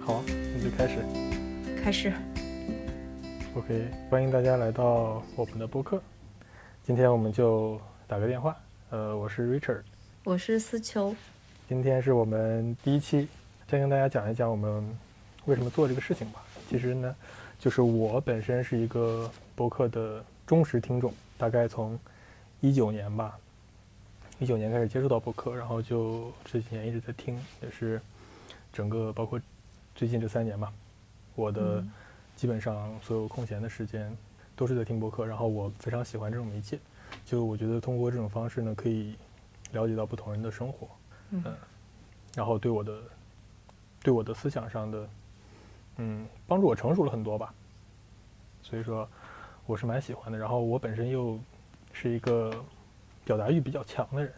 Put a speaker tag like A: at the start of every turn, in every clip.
A: 好，那就开始。
B: 开始。
A: OK，欢迎大家来到我们的播客。今天我们就打个电话。呃，我是 Richard，
B: 我是思球。
A: 今天是我们第一期，先跟大家讲一讲我们为什么做这个事情吧。其实呢，就是我本身是一个播客的忠实听众，大概从一九年吧，一九年开始接触到播客，然后就这几年一直在听，也是整个包括最近这三年吧，我的
B: 嗯
A: 基本上所有空闲的时间都是在听播客，然后我非常喜欢这种媒介，就我觉得通过这种方式呢，可以了解到不同人的生活，
B: 嗯
A: 嗯然后对我的对我的思想上的，嗯，帮助我成熟了很多吧。所以说，我是蛮喜欢的。然后我本身又是一个表达欲比较强的人，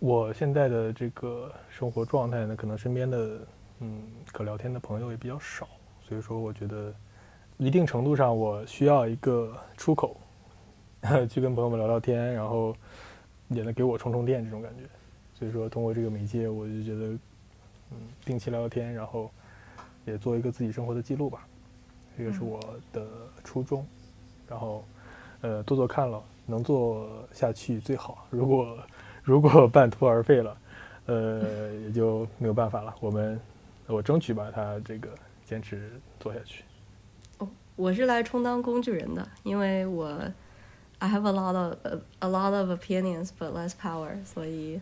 A: 我现在的这个生活状态呢，可能身边的嗯可聊天的朋友也比较少，所以说我觉得一定程度上我需要一个出口， 去跟朋友们聊聊天，然后也能给我充充电这种感觉。所以说通过这个媒介，我就觉得，嗯，定期聊聊天，然后也做一个自己生活的记录吧，这个是
B: 嗯
A: 我的初衷。然后，呃，做做看了，能做下去最好。如果如果 半途而废了，呃，也就没有办法了。我们我争取把它这个坚持做下去。
B: 哦，我是来充当工具人的，因为我 I have a lot of a lot of opinions but less power，所以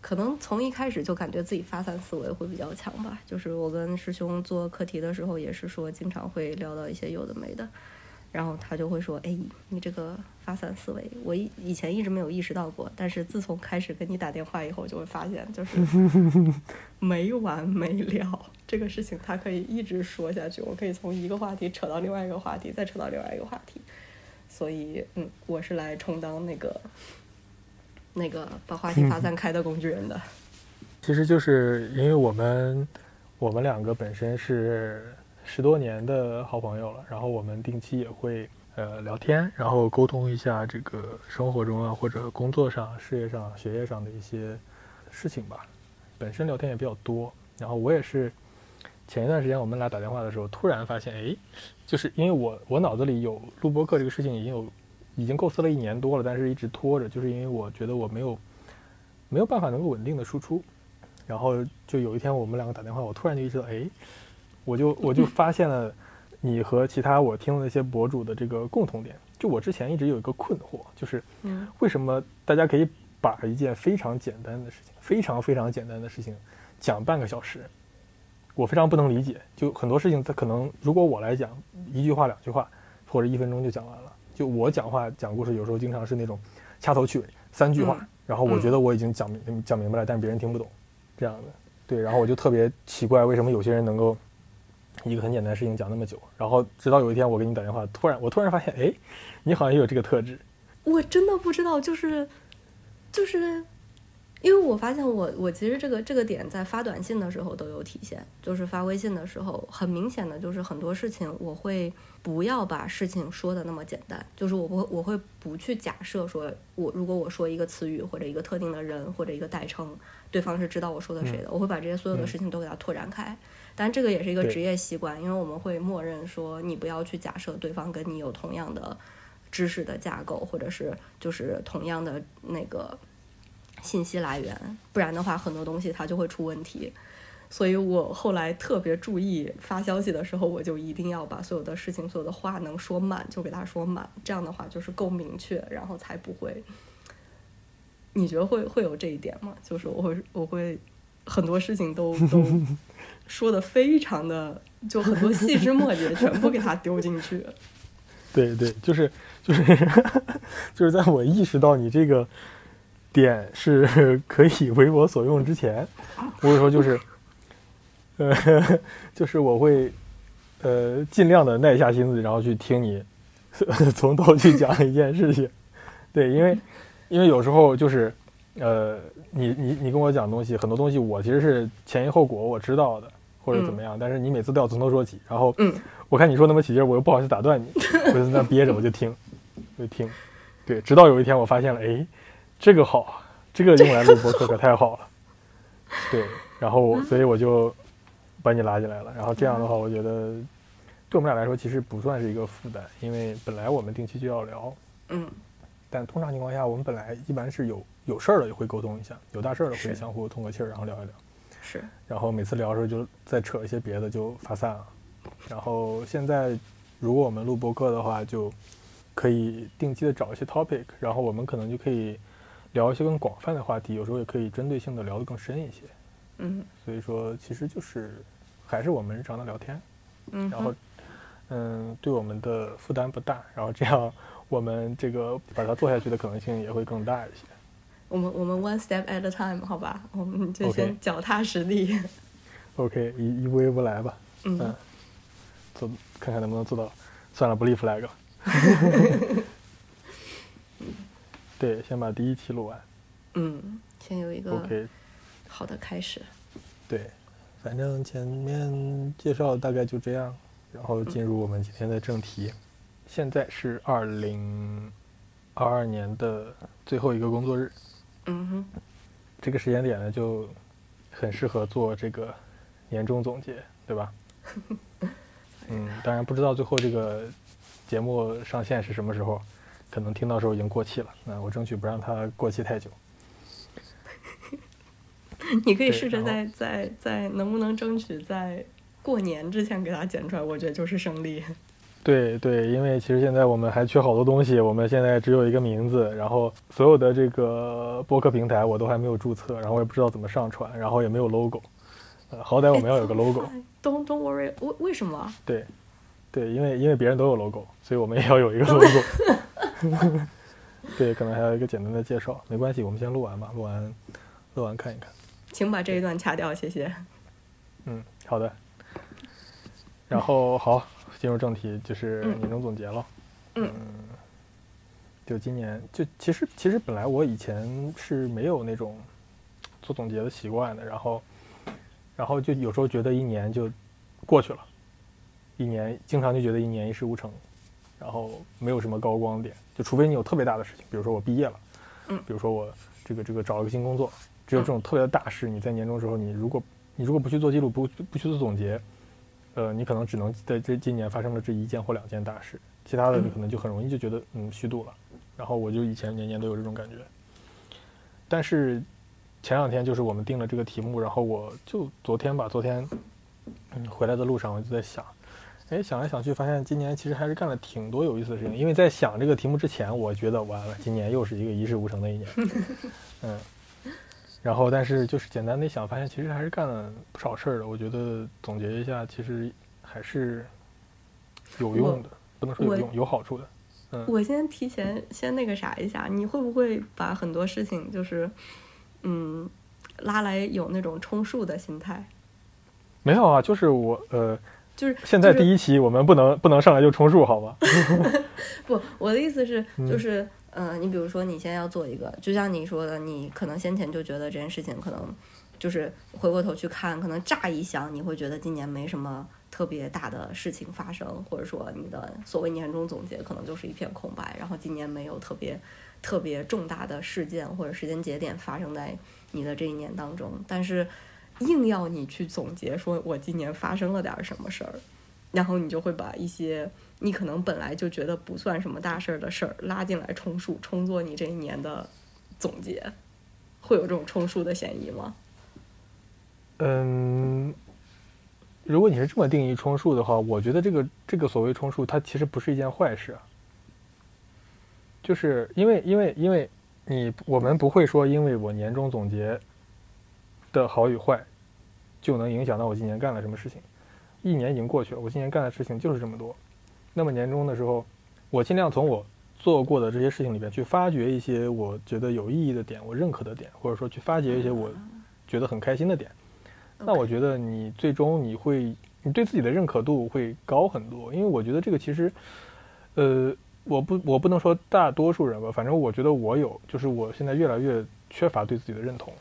B: 可能从一开始就感觉自己发散思维会比较强吧。就是我跟师兄做课题的时候，也是说经常会聊到一些有的没的，然后他就会说：“哎，你这个发散思维，我以以前一直没有意识到过，但是自从开始跟你打电话以后，就会发现就是没完没了。这个事情它可以一直说下去，我可以从一个话题扯到另外一个话题，再扯到另外一个话题。所以，嗯，我是来充当那个那个把话题发散开的工具人的。
A: 其实就是因为我们我们两个本身是十多年的好朋友了，然后我们定期也会呃聊天，然后沟通一下这个生活中啊或者工作上、事业上、学业上的一些事情吧。本身聊天也比较多，然后我也是前一段时间我们俩打电话的时候，突然发现，哎，就是因为我我脑子里有录播课这个事情已经有已经构思了一年多了，但是一直拖着，就是因为我觉得我没有没有办法能够稳定的输出。然后就有一天我们两个打电话，我突然就意识到，哎，我就我就发现了你和其他我听的那些博主的这个共同点。就我之前一直有一个困惑，就是
B: 嗯
A: 为什么大家可以把一件非常简单的事情，非常非常简单的事情讲半个小时？我非常不能理解，就很多事情它可能如果我来讲一句话、两句话或者一分钟就讲完了。就我讲话讲故事，有时候经常是那种掐头去尾，三句话，
B: 嗯
A: 然后我
B: 嗯
A: 觉得我已经讲明讲明白了，但是别人听不懂，这样的。对，然后我就特别奇怪，为什么有些人能够一个很简单的事情讲那么久？然后直到有一天我给你打电话，突然我突然发现，哎，你好像也有这个特质。
B: 我真的不知道，就是就是，因为我发现我我其实这个这个点在发短信的时候都有体现，就是发微信的时候，很明显的就是很多事情我会不要把事情说的那么简单，就是我不会我会不去假设说我如果我说一个词语或者一个特定的人或者一个代称，对方是知道我说的谁的，我会把这些所有的
A: 嗯
B: 事情都给它拓展开。但这个也是一个
A: 对
B: 职业习惯，因为我们会默认说你不要去假设对方跟你有同样的知识的架构，或者是就是同样的那个信息来源，不然的话很多东西它就会出问题。所以我后来特别注意发消息的时候，我就一定要把所有的事情、所有的话能说满就给他说满，这样的话就是够明确，然后才不会。你觉得会会有这一点吗？就是我会我会很多事 情都都说的非常的，就很多细枝末节全部给它丢进 去。
A: 对对，就是就是 就是在我意识到你这个点是可以为我所用之前，我有时候就是，呃，就是我会呃尽量的耐下心子，然后去听你 从头去讲一件事情。对，因为因为有时候就是呃，你你你跟我讲东西，很多东西我其实是前因后果我知道的，或者怎么样，但是你每次都要从头说起，然后
B: 嗯
A: 我看你说那么起劲儿，我又不好意思打断你，我就在那憋着，我就听，我就听，对，直到有一天我发现了，哎，这个好，这个用来录播客可太好了，对，然后所以我就把你拉进来了。然后这样的话，我觉得对我们俩来说其实不算是一个负担，因为本来我们定期就要聊，
B: 嗯，
A: 但通常情况下，我们本来一般是有有事儿了也会沟通一下，有大事儿了会
B: 是
A: 相互通个气儿，然后聊一聊。
B: 是，
A: 然后每次聊的时候就再扯一些别的就发散了。然后现在如果我们录播客的话，就可以定期的找一些 topic，然后我们可能就可以聊一些更广泛的话题，有时候也可以针对性的聊得更深一些。
B: 嗯
A: 所以说，其实就是还是我们日常的聊天，
B: 嗯哼，
A: 然后嗯，对我们的负担不大，然后这样我们这个把它做下去的可能性也会更大一些。
B: 我们我们 one step at a time，好吧，我们就
A: OK
B: 先脚踏实地。
A: OK，一一步一步来吧，嗯
B: 嗯，，
A: 做看看能不能做到。算了，不立 flag 了。对，先把第一期录完。
B: 嗯，先有一个
A: OK，
B: 好的开始。
A: 对，反正前面介绍大概就这样，然后进入我们今天的正题。现在是二零二二年的最后一个工作日，
B: 嗯哼，
A: 这个时间点呢就很适合做这个年终总结，对吧？嗯，当然不知道最后这个节目上线是什么时候，可能听到时候已经过期了。那我争取不让它过期太久。
B: 你可以
A: 对
B: 试着
A: 然后
B: 在在在能不能争取在过年之前给它剪出来，我觉得就是胜利。
A: 对对，因为其实现在我们还缺好多东西，我们现在只有一个名字，然后所有的这个播客平台我都还没有注册，然后我也不知道怎么上传，然后也没有 logo，呃，好歹我们要有个 logo，
B: Don't don't worry，为为什么？
A: 对，对，因为因为别人都有 logo，所以我们也要有一个 logo。对，可能还有一个简单的介绍，没关系，我们先录完吧，录完录完看一看。
B: 请把这一段掐掉，谢谢。
A: 嗯，好的。然后好，进入正题，就是
B: 嗯
A: 年终总结了。
B: 嗯
A: 就今年，就其实其实本来我以前是没有那种做总结的习惯的，然后然后就有时候觉得一年就过去了，一年经常就觉得一年一事无成，然后没有什么高光点，就除非你有特别大的事情，比如说我毕业了，
B: 嗯
A: 比如说我这个这个找了个新工作，只有这种特别的大事，你在年终的时候，你如果你如果不去做记录，不不去做总结，呃，你可能只能在这今年发生了这一件或两件大事，其他的你可能就很容易就觉得嗯虚度了。然后我就以前年年都有这种感觉，但是前两天就是我们定了这个题目，然后我就昨天吧，昨天嗯回来的路上我就在想，哎，想来想去发现今年其实还是干了挺多有意思的事情，因为在想这个题目之前，我觉得完了，今年又是一个一事无成的一 年，嗯。然后，但是就是简单的想，发现其实还是干了不少事儿的。我觉得总结一下，其实还是有用的，不能说有
B: 我
A: 用，有好处的。
B: 我先提前先那个啥一下，你会不会把很多事情就是，嗯，拉来有那种充数的心态？
A: 没有啊，就是我呃，
B: 就是
A: 现在
B: 就是
A: 第一期我们不能不能上来就充数，好吗？
B: 不，我的意思是，
A: 嗯
B: 就是，嗯、你比如说，你现在要做一个，就像你说的，你可能先前就觉得这件事情可能就是回过头去看，可能乍一想你会觉得今年没什么特别大的事情发生，或者说你的所谓年终总结可能就是一片空白，然后今年没有特别特别重大的事件或者时间节点发生在你的这一年当中，但是硬要你去总结，说我今年发生了点儿什么事儿，然后你就会把一些你可能本来就觉得不算什么大事儿的事儿拉进来充数，充作你这一年的总结，会有这种充数的嫌疑吗？
A: 嗯，如果你是这么定义充数的话，我觉得这个这个所谓充数，它其实不是一件坏事啊，就是因为因为因为你我们不会说因为我年终总结的好与坏，就能影响到我今年干了什么事情。一年已经过去了，我今年干的事情就是这么多。那么年终的时候，我尽量从我做过的这些事情里边去发掘一些我觉得有意义的点，我认可的点，或者说去发掘一些我觉得很开心的点。那我觉得你最终你会，你对自己的认可度会高很多，因为我觉得这个其实，呃，我不我不能说大多数人吧，反正我觉得我有，就是我现在越来越缺乏对自己的认同，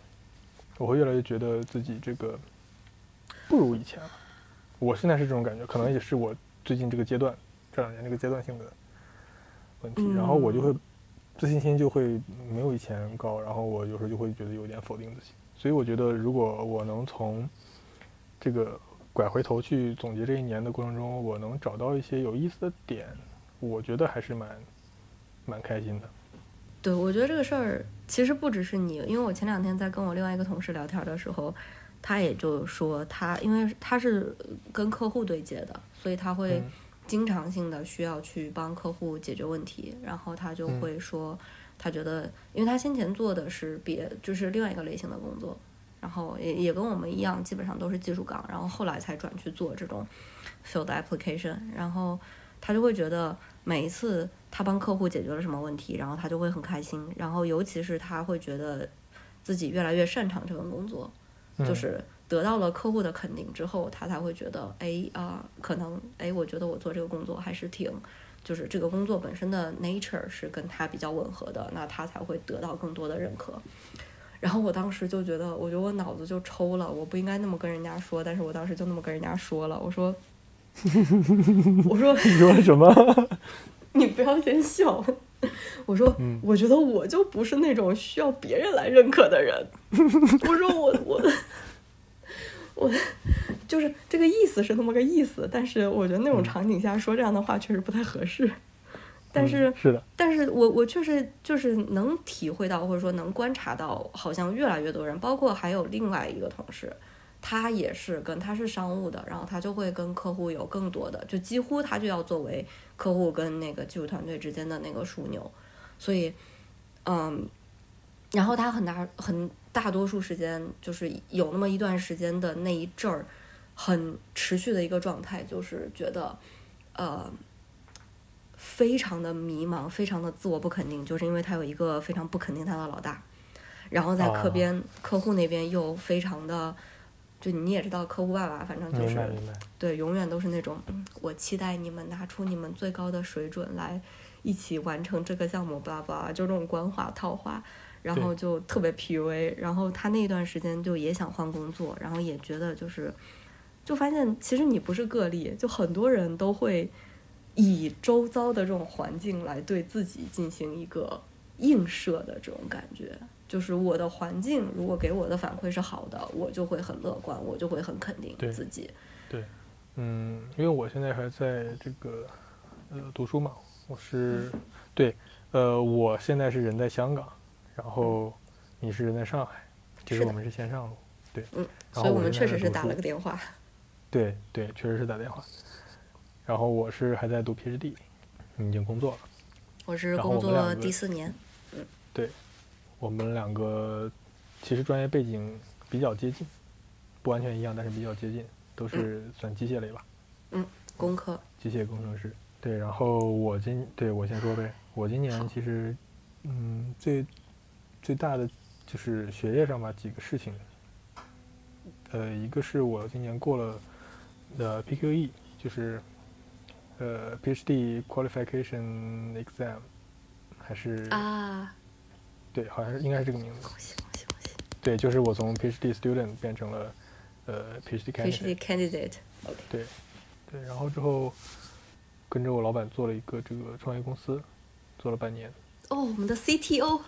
A: 我会越来越觉得自己这个不如以前了。我现在是这种感觉，可能也是我最近这个阶段这两年这个阶段性的问题，然后我就会
B: 嗯
A: 自信心就会没有以前高，然后我有时候就会觉得有点否定自己。所以我觉得，如果我能从这个拐回头去总结这一年的过程中，我能找到一些有意思的点，我觉得还是蛮蛮开心的。
B: 对，我觉得这个事儿其实不只是你，因为我前两天在跟我另外一个同事聊天的时候，他也就说他，因为他是跟客户对接的，所以他会
A: 嗯
B: 经常性的需要去帮客户解决问题，然后他就
A: 嗯
B: 会说，他觉得，因为他先前做的是别就是另外一个类型的工作，然后也也跟我们一样，基本上都是技术岗，然后后来才转去做这种 field application，然后他就会觉得每一次他帮客户解决了什么问题，然后他就会很开心，然后尤其是他会觉得自己越来越擅长这份工作，
A: 嗯
B: 就是得到了客户的肯定之后，他才会觉得，哎啊、可能哎，我觉得我做这个工作还是挺，就是这个工作本身的 nature 是跟他比较吻合的，那他才会得到更多的认可。然后我当时就觉得，我觉得我脑子就抽了，我不应该那么跟人家说，但是我当时就那么跟人家说了，我说， 我 说
A: 你说什么？
B: 你不要先笑， 我说，
A: 嗯
B: 我觉得我就不是那种需要别人来认可的人。 我说我我我就是这个意思是那么个意思，但是我觉得那种场景下说这样的话确实不太合适。但
A: 嗯
B: 是，
A: 嗯是的，
B: 但是我我确实就是能体会到，或者说能观察到，好像越来越多人，包括还有另外一个同事，他也是跟他是商务的，然后他就会跟客户有更多的，就几乎他就要作为客户跟那个技术团队之间的那个枢纽，所以，嗯，然后他很大很大多数时间就是有那么一段时间的那一阵儿，很持续的一个状态，就是觉得，呃。非常的迷茫，非常的自我不肯定，就是因为他有一个非常不肯定他的老大，然后在客
A: 哦
B: 边、客户那边又非常的，就你也知道客户爸爸，反正就
A: 明
B: 是
A: 白明白。
B: 对，永远都是那种，嗯我期待你们拿出你们最高的水准来一起完成这个项目，巴拉巴拉，就这种官话套话，然后
A: 对
B: 就特别 PUA。然后他那段时间就也想换工作，然后也觉得就是，就发现其实你不是个例，就很多人都会以周遭的这种环境来对自己进行一个映射的这种感觉。就是我的环境如果给我的反馈是好的，我就会很乐观，我就会很肯定
A: 对
B: 自己。
A: 嗯，因为我现在还在这个呃读书嘛，我是
B: 嗯
A: 对，呃，我现在是人在香港，然后你是人在上海，其
B: 是
A: 实
B: 的
A: 我们是线上录，对，
B: 嗯
A: 然
B: 所以
A: 后
B: 我
A: 我
B: 们
A: 现
B: 确
A: 在
B: 实
A: 在
B: 是
A: 读
B: 打
A: 书
B: 了个电话。
A: 对对，确实是打电话，然后我是还在读 PhD，已经工作了，
B: 我是
A: 然后
B: 工
A: 我们两
B: 作
A: 个
B: 第四年，
A: 我们两个其实专业背景比较接近，不完全一样，但是比较接近，都是
B: 嗯
A: 算机械类吧。
B: 工科。
A: 机械工程师。对，然后我今对我先说呗，我今
B: 好
A: 年其实，嗯，最最大的就是学业上吧几个事情，呃，一个是我今年过了呃的 PQE，就是 E，呃 PhD qualification exam，还是、
B: 啊，
A: 对，好像是应该是这个名字。
B: 恭喜恭喜恭喜
A: 对，就是我从 PhD student 变成了呃 PhD candidate。
B: ！PhD candidate。OK，
A: 对，对，然后之后跟着我老板做了一个这个创业公司，做了半年，
B: 哦，我们的 CTO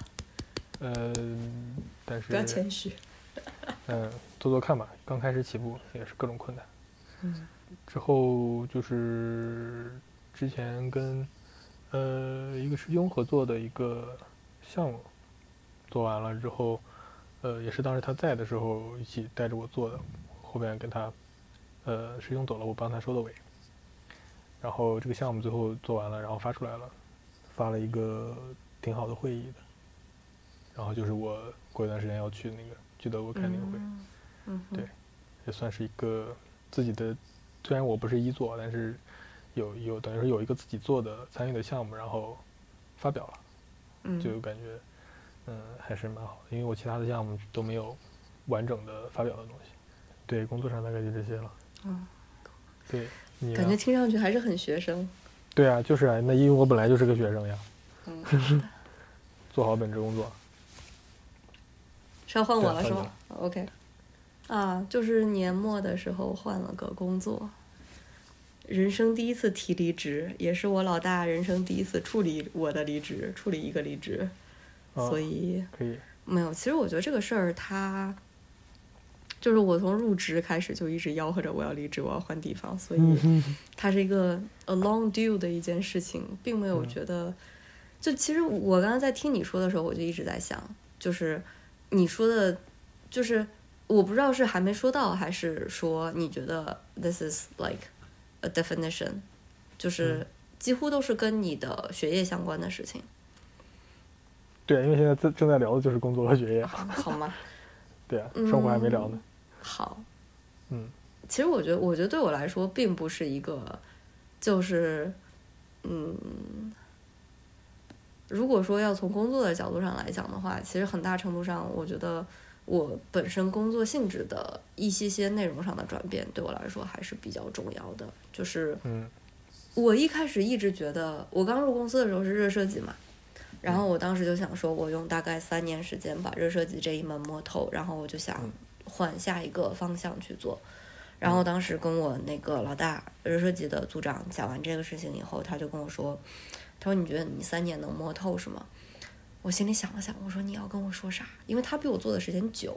A: 呃，但是
B: 不要谦虚。
A: 嗯、做做看吧，刚开始起步也是各种困难。
B: 嗯
A: 之后就是之前跟呃一个师兄合作的一个项目，做完了之后，呃，也是当时他在的时候一起带着我做的，后面跟他，呃，师兄走了，我帮他收的尾。然后这个项目最后做完了，然后发出来了，发了一个挺好的会议的。然后就是我过一段时间要去那个去德国开那个会，
B: 嗯嗯哼，
A: 对也算是一个自己的，虽然我不是一做，但是有有等于说有一个自己做的参与的项目，然后发表了，
B: 嗯
A: 就感觉嗯还是蛮好的，因为我其他的项目都没有完整的发表的东西。对，工作上大概就这些了。
B: 嗯
A: 对，你
B: 感
A: 呢
B: 觉听上去还是很学生。
A: 对啊，就是啊，那因为我本来就是个学生呀，
B: 嗯，
A: 做好本职工作。
B: 是要换我
A: 对
B: 了
A: 换
B: 是
A: 你
B: 吗？OK，啊，就是年末的时候换了个工作，人生第一次提离职，也是我老大人生第一次处理我的离职，处理一个离职，
A: 嗯、
B: 所以
A: 可以，
B: 没有，其实我觉得这个事儿它就是我从入职开始就一直吆喝着我要离职，我要换地方，所以
A: 嗯
B: 它是一个 a long due 的一件事情，并没有觉得。就其实我刚刚在听你说的时候，我就一直在想，就是你说的，就是我不知道是还没说到，还是说你觉得 this is like a definition，就是几乎都是跟你的学业相关的事情，
A: 对，啊因为现在正正在聊的就是工作和学业，
B: 好吗？
A: 对啊，
B: 嗯
A: 生活还没聊呢。
B: 好，
A: 嗯，
B: 其实我觉得，我觉得对我来说，并不是一个，就是，嗯，如果说要从工作的角度上来讲的话，其实很大程度上，我觉得我本身工作性质的一些些内容上的转变，对我来说还是比较重要的。就是
A: 嗯
B: 我一开始一直觉得，我刚入公司的时候是热设计嘛，然后我当时就想说，我用大概三年时间把热设计这一门摸透，然后我就
A: 嗯
B: 想换下一个方向去做。然后当时跟我那个老大热设计的组长讲完这个事情以后，他就跟我说，他说你觉得你三年能摸透是吗？我心里想了想，我说你要跟我说啥？因为他比我做的时间久，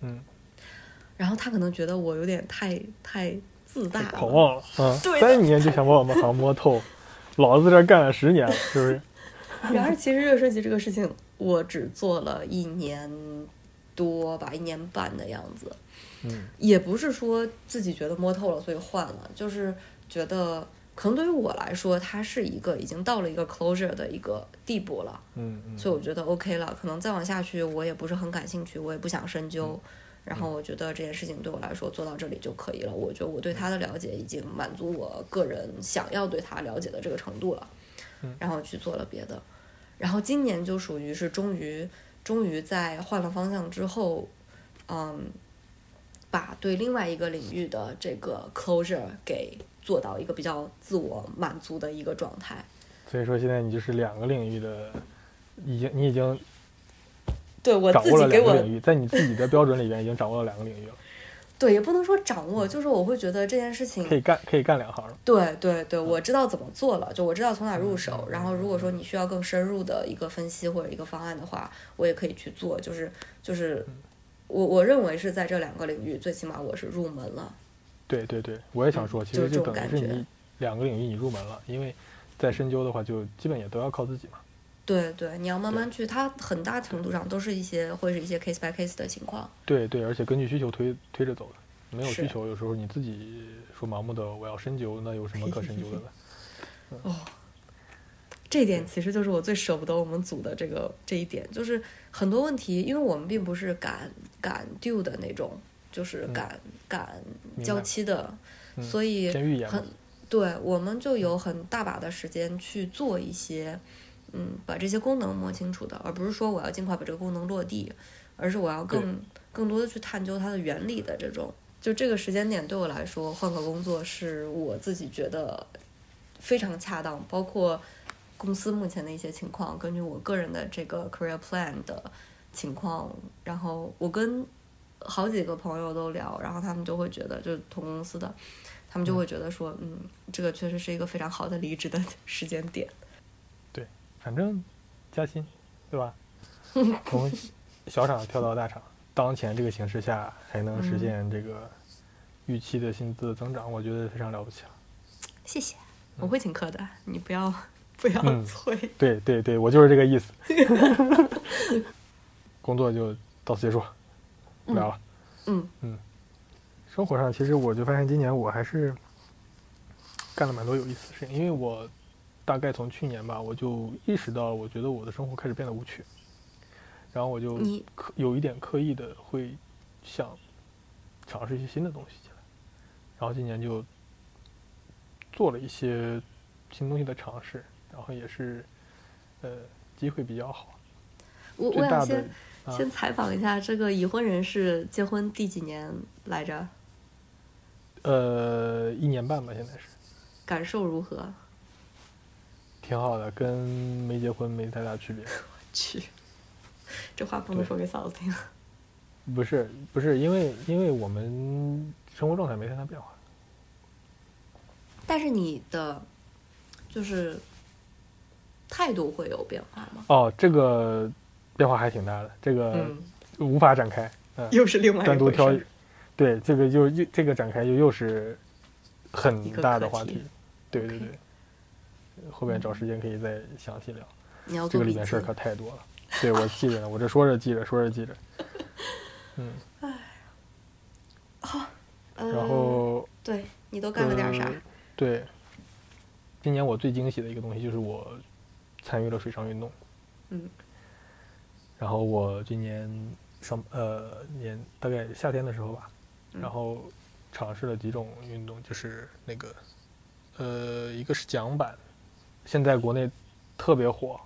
A: 嗯，
B: 然后他可能觉得我有点太太自大了，
A: 狂妄了，嗯，
B: 对的
A: 三年就想把我们行摸透， 老子在这儿干了十年了，是不是？
B: 然而，其实热设计这个事情，我只做了一年多吧，一年半的样子。
A: 嗯，
B: 也不是说自己觉得摸透了，所以换了，就是觉得可能对于我来说，它是一个已经到了一个 closure 的一个地步了。
A: 嗯嗯
B: 所以我觉得 OK 了。可能再往下去，我也不是很感兴趣，我也不想深究。
A: 嗯
B: 然后我觉得这件事情对我来说做到这里就可以了。我觉得我对他的了解已经满足我个人想要对他了解的这个程度了。
A: 嗯
B: 然后去做了别的，然后今年就属于是终于终于在换了方向之后，嗯，把对另外一个领域的这个 closure 给做到一个比较自我满足的一个状态。
A: 所以说现在你就是两个领域的，已经你已经
B: 对我
A: 掌
B: 自
A: 握
B: 己
A: 了
B: 给
A: 两
B: 我
A: 个领域，在你自己的标准里边已经掌握了两个领域了，
B: 对，也不能说掌握，就是我会觉得这件事情
A: 可，以嗯干可以干两行了。
B: 对对对，我知道怎么做了，就我知道从哪入
A: 嗯
B: 手。然后如果说你需要更深入的一个分析或者一个方案的话，我也可以去做。就是就是，
A: 嗯
B: 我我认为是在这两个领域，最起码我是入门了。
A: 对对对，我也想说，其
B: 嗯就
A: 实
B: 是这
A: 就等
B: 种
A: 于是
B: 感觉
A: 你两个领域你入门了，因为再深究的话，就基本也都要靠自己嘛。
B: 对对，你要慢慢去，它很大程度上都是一些会是一些 case by case 的情况。
A: 对对，而且根据需求推推着走的，没有需
B: 是
A: 求，有时候你自己说盲目的我要深究，那有什么可深究 的呢？
B: 这一点其实就是我最舍不得我们组的这个这一点，就是很多问题，因为我们并不是敢敢 do 的那种，就是
A: 嗯
B: 敢、敢
A: 白
B: 交期的，
A: 嗯
B: 所以
A: 先预言嘛
B: 很，对，我们就有很大把的时间去做一些，嗯，把这些功能摸清楚的，而不是说我要尽快把这个功能落地，而是我要更更多的去探究它的原理的这种。就这个时间点对我来说，换个工作是我自己觉得非常恰当，包括公司目前的一些情况，根据我个人的这个 career plan 的情况，然后我跟好几个朋友都聊，然后他们就会觉得，就是同公司的，他们就会觉得说，嗯，这个确实是一个非常好的离职的 时间点。
A: 反正加薪，对吧？从小厂跳到大厂，当前这个形势下还能实
B: 嗯
A: 现这个预期的薪资的增长，我觉得非常了不起了。啊
B: 谢谢，我会请客的，你不要不要
A: 嗯
B: 催。
A: 对对对，我就是这个意思。工作就到此结束，不聊了。
B: 嗯
A: 生活上，其实我就发现今年我还是干了蛮多有意思的事情，因为我大概从去年吧，我就意识到，我觉得我的生活开始变得无趣，然后我就
B: 你
A: 刻有一点刻意的会想尝试一些新的东西起来，然后今年就做了一些新东西的尝试，然后也是呃机会比较好，
B: 我我
A: 最
B: 想
A: 大的
B: 先、
A: 啊
B: 先采访一下这个已婚人士结婚第几年来着？
A: 呃一年半吧，现在是。
B: 感受如何？
A: 挺好的，跟没结婚没太大区 别。
B: 去，这话不能
A: 对
B: 说给嫂子听。
A: 不是不是，因为因为我们生活状态没太大变化。
B: 但是你的就是态度会有变化吗？
A: 哦，这个变化还挺大的，这个
B: 嗯，
A: 无法展开。嗯，
B: 又是另外一
A: 呃单独
B: 回事
A: 挑
B: 儿。
A: 对，这个就又这个展开又又是很
B: 一个
A: 大的
B: 课
A: 话
B: 题
A: 题。对对
B: OK
A: 对，后面找时间可以再详细聊，
B: 你要
A: 这
B: 做
A: 个
B: 笔
A: 里
B: 记
A: 面事儿可太多了。对我记着呢，我这说着记着说着记着， 嗯，然
B: 呃、
A: 后
B: 对你都干了点啥？
A: 呃对，今年我最惊喜的一个东西就是我参与了水上运动。
B: 嗯。
A: 然后我今年上呃年大概夏天的时候吧，
B: 嗯
A: 然后尝试了几种运动，就是那个呃一个是桨板，现在国内特别火，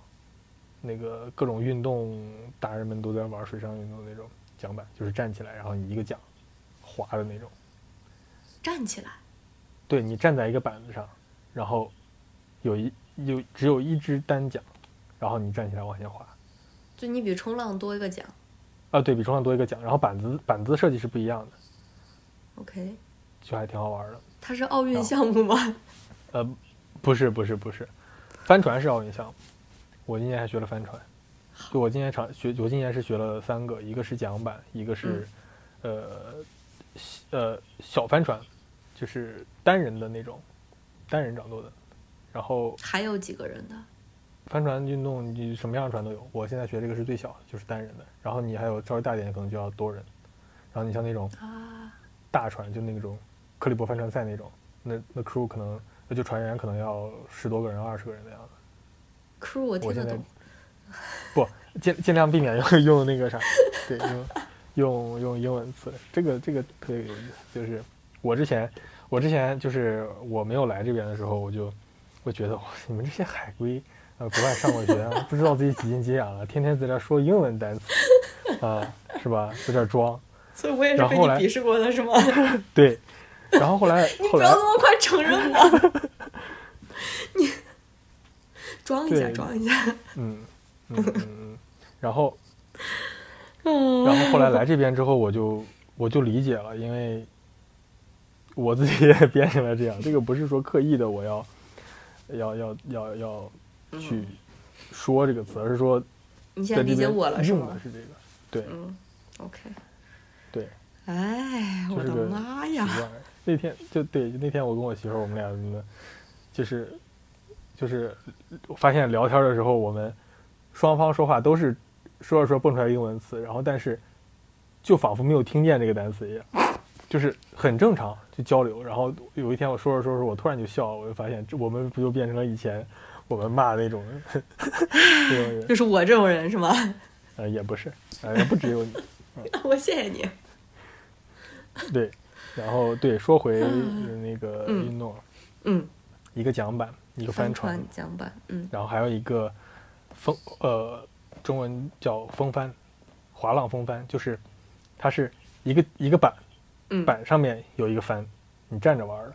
A: 那个各种运动达人们都在玩水上运动那种桨板，就是站起来然后你一个桨滑的那种。
B: 站起来，
A: 对你站在一个板子上，然后有一有只有一只单桨，然后你站起来往前滑。
B: 就你比冲浪多一个桨。
A: 啊，对比冲浪多一个桨，然后板子板子设计是不一样的，
B: OK，
A: 就还挺好玩的。
B: 它是奥
A: 然
B: 运
A: 后
B: 项目吗？
A: 呃，不是不是不是，帆船是奥运项目，我今年还学了帆船。就我今年尝学，我今年是学了三个，一个是桨板，一个是、呃小呃小帆船，就是单人的那种，单人掌舵的。然后
B: 还有几个人的？
A: 帆船运动你什么样的船都有，我现在学这个是最小的，就是单人的。然后你还有稍微大一点，可能就要多人。然后你像那种
B: 啊，
A: 大船，就那种克利伯帆船赛那种，那那 crew 可能那就船员可能要十多个人、二十个人的样子。
B: crew 我听
A: 我
B: 得
A: 现在
B: 懂，
A: 不尽尽量避免用 用那个啥，对，用用用英文词，这个这个特别有意思。就是我之前我之前就是我没有来这边的时候，我就会觉得哇，你们这些海归，呃，国外上过学啊，不知道自己几斤几两啊了，天天在这说英文单词，啊、是吧？在这装，
B: 所以我也
A: 然后来
B: 视过的是吗？
A: 对。然后后 来后来
B: 么快承认啊我，你 装
A: 一下对
B: 装一下。
A: 嗯嗯嗯嗯，然后
B: 嗯，
A: 然后后来来这边之后，我就我就理解了，因为我自己也变成了这样。这个不是说刻意的，我要要要要要去说这个词，而是说
B: 你现
A: 在
B: 在
A: 这
B: 嗯理
A: 边
B: 解我了是
A: 用
B: 吗
A: 的？是这个，对
B: 嗯，OK。
A: 对，
B: 哎，
A: 就
B: 我
A: 是
B: 的
A: 个
B: 妈
A: 习
B: 呀！
A: 惯。那天就对，那天我跟我媳妇儿，我们俩真的就是就是我发现聊天的时候，我们双方说话都是说着说着蹦出来英文词，然后但是就仿佛没有听见这个单词一样，就是很正常就交流。然后有一天我说着说着，我突然就笑了，我就发现这我们不就变成了以前我们骂那种那种人，
B: 就是我这种人是吗？
A: 呃，也不是，呃，也不只有你。
B: 我谢谢你。
A: 对，然后对，说回
B: 嗯
A: 那个
B: 嗯
A: 运动，
B: 嗯，
A: 一个桨板，一个帆船，
B: 船桨板，嗯
A: 然后还有一个风呃，中文叫风帆，滑浪风帆，就是它是一个一个板
B: 嗯，
A: 板上面有一个帆，你站着玩儿的。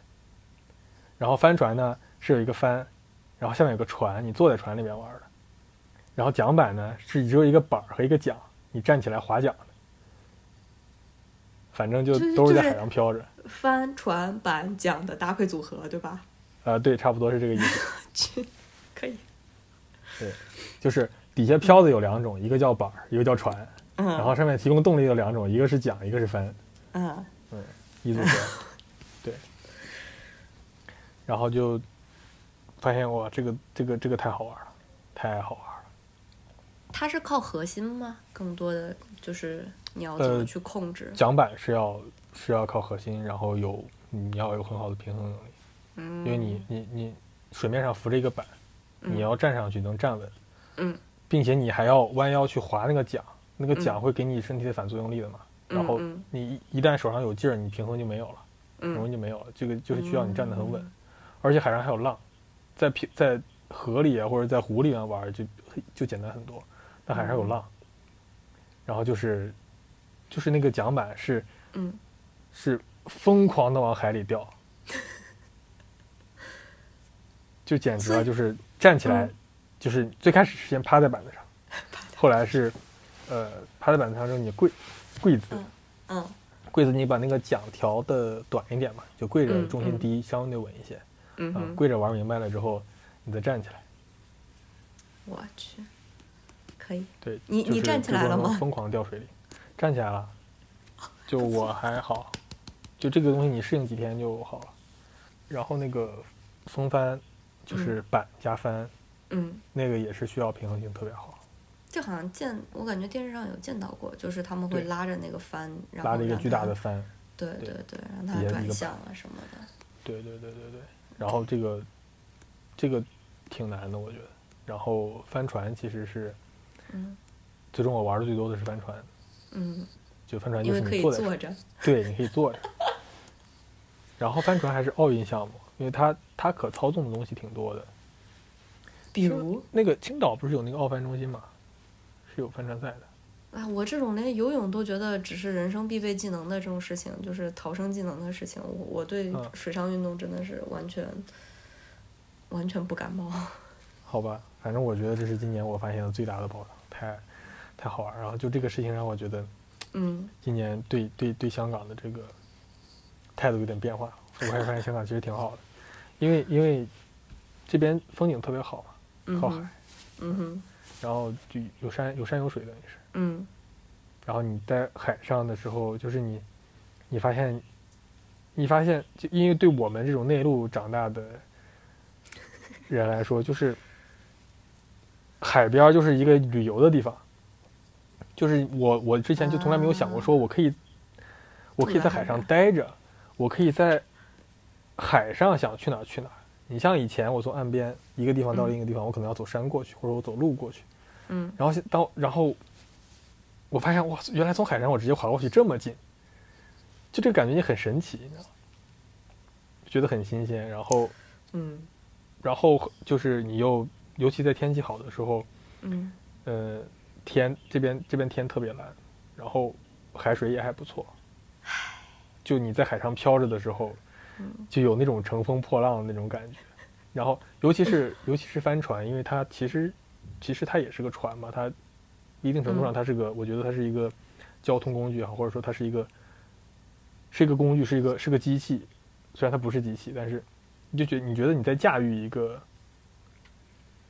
A: 然后帆船呢是有一个帆，然后下面有个船，你坐在船里面玩儿的。然后桨板呢是只有一个板儿和一个桨，你站起来划桨的。反正就
B: 就是
A: 都是在
B: 就是
A: 海上飘着，
B: 帆船板桨的搭配组合，对吧？
A: 呃，对，差不多是这个意思。
B: 去，可以。
A: 对，就是底下漂的有两种，一个叫板儿，一个叫船。
B: 嗯，
A: 然后上面提供动力有两种，一个是桨，一个是帆，
B: 嗯，
A: 一 组合，对。然后就发现哇，这个这个这个太好玩了，太好玩了。
B: 它是靠核心吗？更多的就是你要怎么
A: 呃
B: 去控制？
A: 桨板是要是要靠核心，然后有你要有很好的平衡能力，
B: 嗯，
A: 因为你你你水面上浮着一个板，
B: 嗯
A: 你要站上去能站稳，
B: 嗯，
A: 并且你还要弯腰去划那个桨，那个桨
B: 嗯
A: 会给你身体的反作用力的嘛。
B: 嗯
A: 然后
B: 嗯
A: 你一一旦手上有劲儿，你平衡就没有了。容易
B: 嗯
A: 就没有了。这个就是需要你站得很稳，
B: 嗯
A: 而且海上还有浪，在平在河里啊或者在湖里面玩儿就就简单很多，但海上
B: 嗯
A: 有浪，然后就是就是那个桨板是
B: 嗯，
A: 是疯狂的往海里掉， 就简直
B: 所
A: 了，
B: 以嗯
A: 就是站起来，就是最开始是先趴在板子 上，后来是呃趴在板子上之后你跪跪姿。
B: 嗯
A: 啊
B: 嗯
A: 跪姿你把那个桨调的短一点嘛，就跪着
B: 嗯
A: 重心低，相对稳一些。
B: 嗯
A: 啊，
B: 哼，
A: 跪着玩明白了之后，你再站起来。
B: 我去，可以，
A: 对，
B: 你
A: 就是
B: 你站起
A: 这
B: 来
A: 过
B: 了哦
A: 程中
B: 吗
A: 疯狂掉水里，站起来了。就我还好，就这个东西你适应几天就好了。然后那个风帆就是板加帆，
B: 嗯，
A: 那个也是需要平衡性特别好，
B: 就好像见我感觉电视上有见到过，就是他们会
A: 对
B: 拉着那个帆，然后
A: 拉着一个
B: 让
A: 巨大
B: 它
A: 的帆，
B: 对
A: 对
B: 对对，让
A: 底下
B: 它
A: 是一
B: 转
A: 个
B: 向啊什么的。
A: 对对对对对。然后这个这个挺难的，我觉得。然后帆船其实是
B: 嗯
A: 最终我玩的最多的是帆船，
B: 嗯，
A: 就帆船
B: 因
A: 就
B: 为
A: 是
B: 可以
A: 你坐在
B: 坐着。
A: 对，你可以坐着。然后帆船还是奥运项目，因为它它可操纵的东西挺多的。
B: 比如
A: 那个青岛不是有那个奥帆中心嘛，是有帆船赛的。
B: 啊，我这种连游泳都觉得只是人生必备技能的这种事情，就是逃生技能的事情，我我对
A: 嗯
B: 水上运动真的是完全、完全不感冒。
A: 好吧，反正我觉得这是今年我发现的最大的宝藏，太太好玩儿了。然后就这个事情让我觉得
B: 嗯，
A: 今年对对对香港的这个态度有点变化了。我还发现香港其实挺好的，因为因为这边风景特别好嘛，
B: 嗯
A: 靠
B: 哼
A: 海，，
B: 嗯哼，
A: 然后就有山有山有水的也是。
B: 嗯
A: 然后你在海上的时候，就是你，你发现，你发现，就因为对我们这种内陆长大的人来说，就是海边儿就是一个旅游的地方。就是我，我之前就从来没有想过，
B: 啊
A: 说我可以，我可以在海上待着，我可以在海上想去哪儿去哪儿。你像以前我从岸边一个地方到另一个地方，我可能要走山过去，或者我走路过去。
B: 嗯，
A: 然后现当然后我发现哇，原来从海上我直接划过去这么近，就这个感觉也很神奇，你知道吗？觉得很新鲜。然后
B: 嗯
A: 然后就是你又尤其在天气好的时候，
B: 嗯
A: 呃，天这边这边天特别蓝，然后海水也还不错。就你在海上飘着的时候，
B: 嗯
A: 就有那种乘风破浪的那种感觉。然后，尤其 是尤其是帆船，因为它其实其实它也是个船嘛，它一定程度上
B: 嗯
A: 它是个，我觉得它是一个交通工具也好，或者说它是一个是一个工具，是一个是个机器。虽然它不是机器，但是你就觉你觉得你在驾驭一个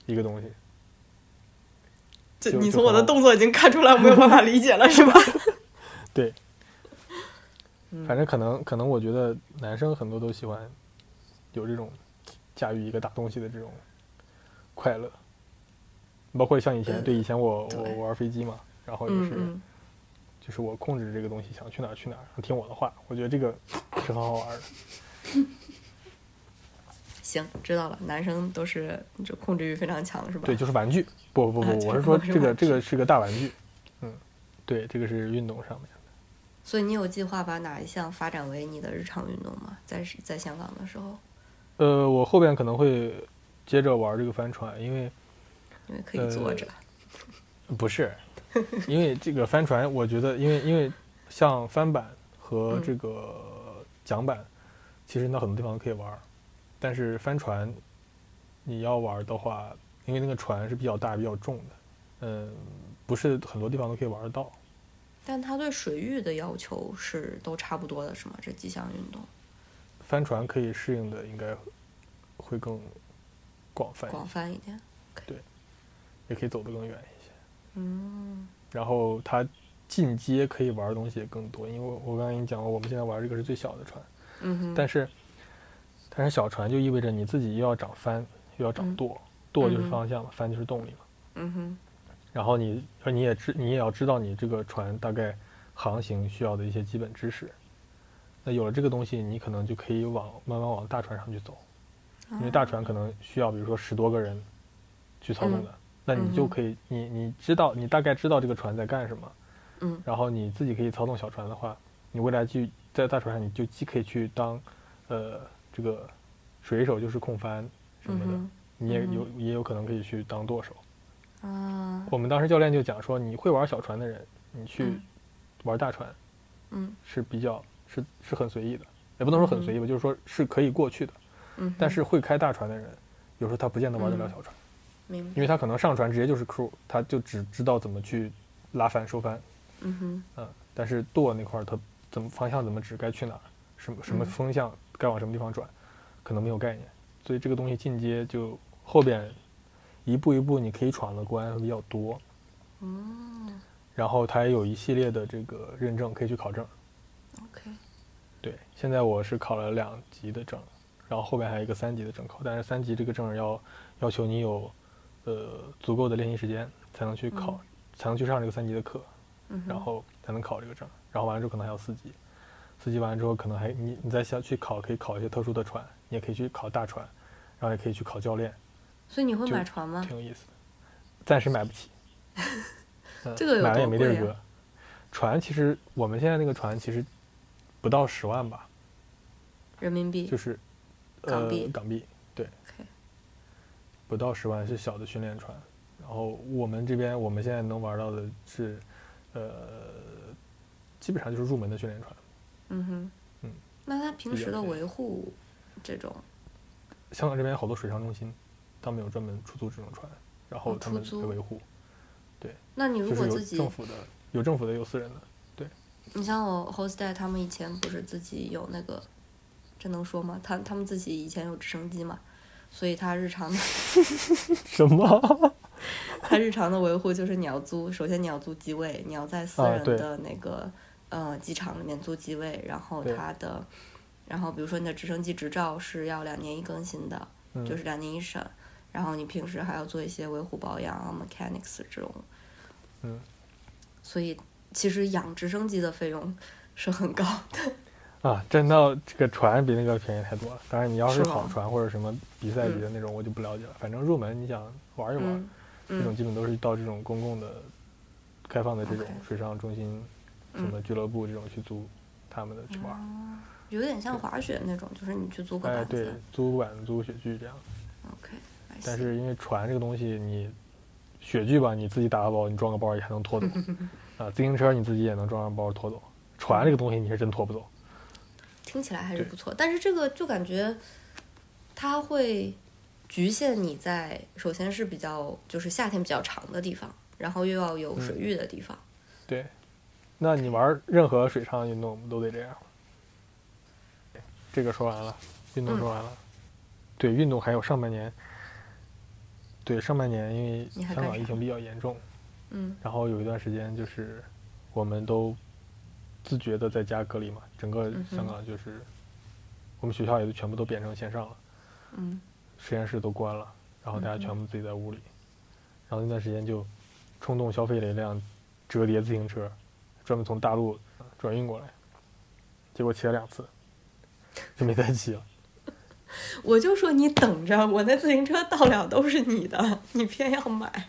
A: 一个东西，
B: 这
A: 就
B: 你
A: 就
B: 从我的
A: 好
B: 动作已经看出来我没有办法理解 了，是吧？
A: 对。
B: 嗯
A: 反正可能可能我觉得男生很多都喜欢有这种驾驭一个大东西的这种快乐，包括像以前、
B: 嗯
A: 对以前我我
B: 对
A: 我玩飞机嘛，然后也
B: 嗯
A: 是、
B: 嗯
A: 就是我控制这个东西，想去哪儿去哪儿，听我的话，我觉得这个是很好玩的。
B: 行，知道了，男生都是就控制欲非常强，是吧？
A: 对，就是玩具。不不
B: 啊
A: 不，我
B: 这
A: 是说
B: 个是
A: 这个
B: 玩
A: 这个
B: 具
A: 是个大玩具。嗯，对，这个是运动上面。
B: 所以你有计划把哪一项发展为你的日常运动吗？在在香港的时候，
A: 呃，我后边可能会接着玩这个帆船，因为
B: 因为可以
A: 呃
B: 坐着。
A: 不 是，因为这个帆船，我觉得，因为因为像帆板和
B: 嗯
A: 这个桨板，其实到很多地方都可以玩儿，但是帆船你要玩儿的话，因为那个船是比较大、比较重的，嗯，不是很多地方都可以玩得到。
B: 但它对水域的要求是都差不多的，是吗？这几项运动
A: 帆船可以适应的应该会更广泛一
B: 广
A: 些，
B: 泛一点。
A: 也可以走得更远一些。
B: 嗯
A: 然后它进阶可以玩儿的东西也更多，因为我我刚才跟你讲过，我们现在玩儿这个是最小的船。
B: 嗯哼，
A: 但是，但是小船就意味着你自己又要长帆，又要长
B: 嗯
A: 舵，舵就是
B: 嗯哼
A: 方向嘛，帆就是动力嘛。
B: 嗯哼，
A: 然后你，而你也知，你也要知道你这个船大概航行需要的一些基本知识。那有了这个东西，你可能就可以往慢慢往大船上去走，因为大船可能需要比如说十多个人去操纵
B: 哦嗯
A: 的，那你就
B: 嗯哼
A: 可以，你你知道，你大概知道这个船在干什么，
B: 嗯
A: 然后你自己可以操纵小船的话，你未来去在大船上，你就既可以去当呃这个水手，就是控帆什
B: 嗯
A: 么的，
B: 哼
A: 你也
B: 嗯哼
A: 有也有可能可以去当舵手。
B: 啊
A: 我们当时教练就讲说，你会玩小船的人，你去
B: 嗯
A: 玩大船
B: 嗯
A: 是比较是是很随意的，也不能说很随意吧，就是说是可以过去的。
B: 嗯哼，
A: 但是会开大船的人，有时候他不见得玩得了
B: 嗯
A: 小船，
B: 明
A: 因
B: 白
A: 为他可能上船直接就是 crew，他就只知道怎么去拉帆收帆。
B: 嗯哼
A: 嗯，但是舵那块儿它怎么方向怎么指，该去哪儿，什么什么
B: 嗯
A: 风向该往什么地方转，可能没有概念，所以这个东西进阶就后边一步一步你可以闯的关会比较多，
B: 哦
A: 然后它也有一系列的这个认证可以去考证，
B: ，OK，
A: 对，现在我是考了两级的证，然后后面还有一个三级的证考，但是三级这个证要要求你有呃足够的练习时间才能去考，
B: 嗯
A: 才能去上这个三级的课，
B: 嗯哼
A: 然后才能考这个证。然后完了之后可能还有四级，四级完了之后可能还你你再下去考，可以考一些特殊的船，你也可以去考大船，然后也可以去考教练，
B: 所以你会
A: 就
B: 买船吗？
A: 挺有意思的。暂时买不 起，嗯
B: 这个有
A: 买了也
B: 多
A: 没地儿
B: 贵啊呀
A: 搁。船其实我们现在那个船其实不到十万吧，
B: 人民币
A: 就是
B: 港币
A: 呃、港币
B: ，OK，
A: 不到十万是小的训练船。然后我们这边我们现在能玩到的是，呃，基本上就是入门的训练船。
B: 嗯哼，
A: 嗯，
B: 那它平
A: 比较
B: 时的
A: 便宜
B: 维护这种
A: 香港这边有好多水上中心，他们有专门出租这种船，然后
B: 哦
A: 他
B: 出
A: 们
B: 租
A: 来维护，
B: 那你如
A: 就
B: 果
A: 是有
B: 自己，
A: 政府的，有政府的，有私人的。
B: 你像我 host dad 他们以前不是自己有那个，这能说吗？他他们自己以前有直升机嘛，所以他日常的
A: 什么？
B: 他日常的维护就是你要租，首先你要租机位，你要在私
A: 啊
B: 人
A: 对
B: 的那个、呃机场里面租机位，然后
A: 对
B: 他的，然后比如说你的直升机执照是要两年一更新的，
A: 嗯，
B: 就是两年一审，然后你平时还要做一些维护保养啊、mechanics 这种，
A: 嗯，
B: 所以其实养直升机的费用 是很高的，
A: 啊，真的，这个船比那个便宜太多了。当然，你要
B: 是
A: 是
B: 吗
A: 好船或者什么比赛级的那种，我就不了解了。反正入门你想玩一玩，
B: 嗯
A: 这种
B: 嗯
A: 基本都是到这种公共的、开放的这种
B: OK 嗯
A: 水上中心、什么俱乐部这种去租他们的去玩。
B: 啊有点像滑雪那种，就是你去租个
A: 哎，
B: 板
A: 对
B: 子、，
A: 租板子、租雪具这样。
B: o k
A: 但是因为船这个东西，你雪具吧，你自己打个包，你装个包也还能 拖走。啊，自行车你自己也能装上包拖走。船这个东西你是真拖不走。
B: 听起来还是
A: 对
B: 不错，但是这个就感觉它会局限你在，首先是比较就是夏天比较长的地方，然后又要有水
A: 嗯
B: 域的地方。
A: 对，那你玩任何水上运动都得这样。这个说完了，运动
B: 嗯
A: 说完了。对，运动还有上半年。对，上半年因为
B: 你还
A: 香
B: 干
A: 港疫
B: 啥
A: 情比较严重，
B: 嗯
A: 然后有一段时间就是我们都自觉的在家隔离嘛，整个
B: 嗯哼
A: 香港就是、我们学校也都全部都变成线上了，
B: 嗯
A: 实验室都关了，然后大家
B: 嗯哼
A: 全部自己在屋里，然后那段时间就冲动消费了一辆折叠自行车，专门从大陆转运过来，结果骑了两次，就没再 骑了。
B: 我就说你等着，我那自行车到了都是你的，你偏要买。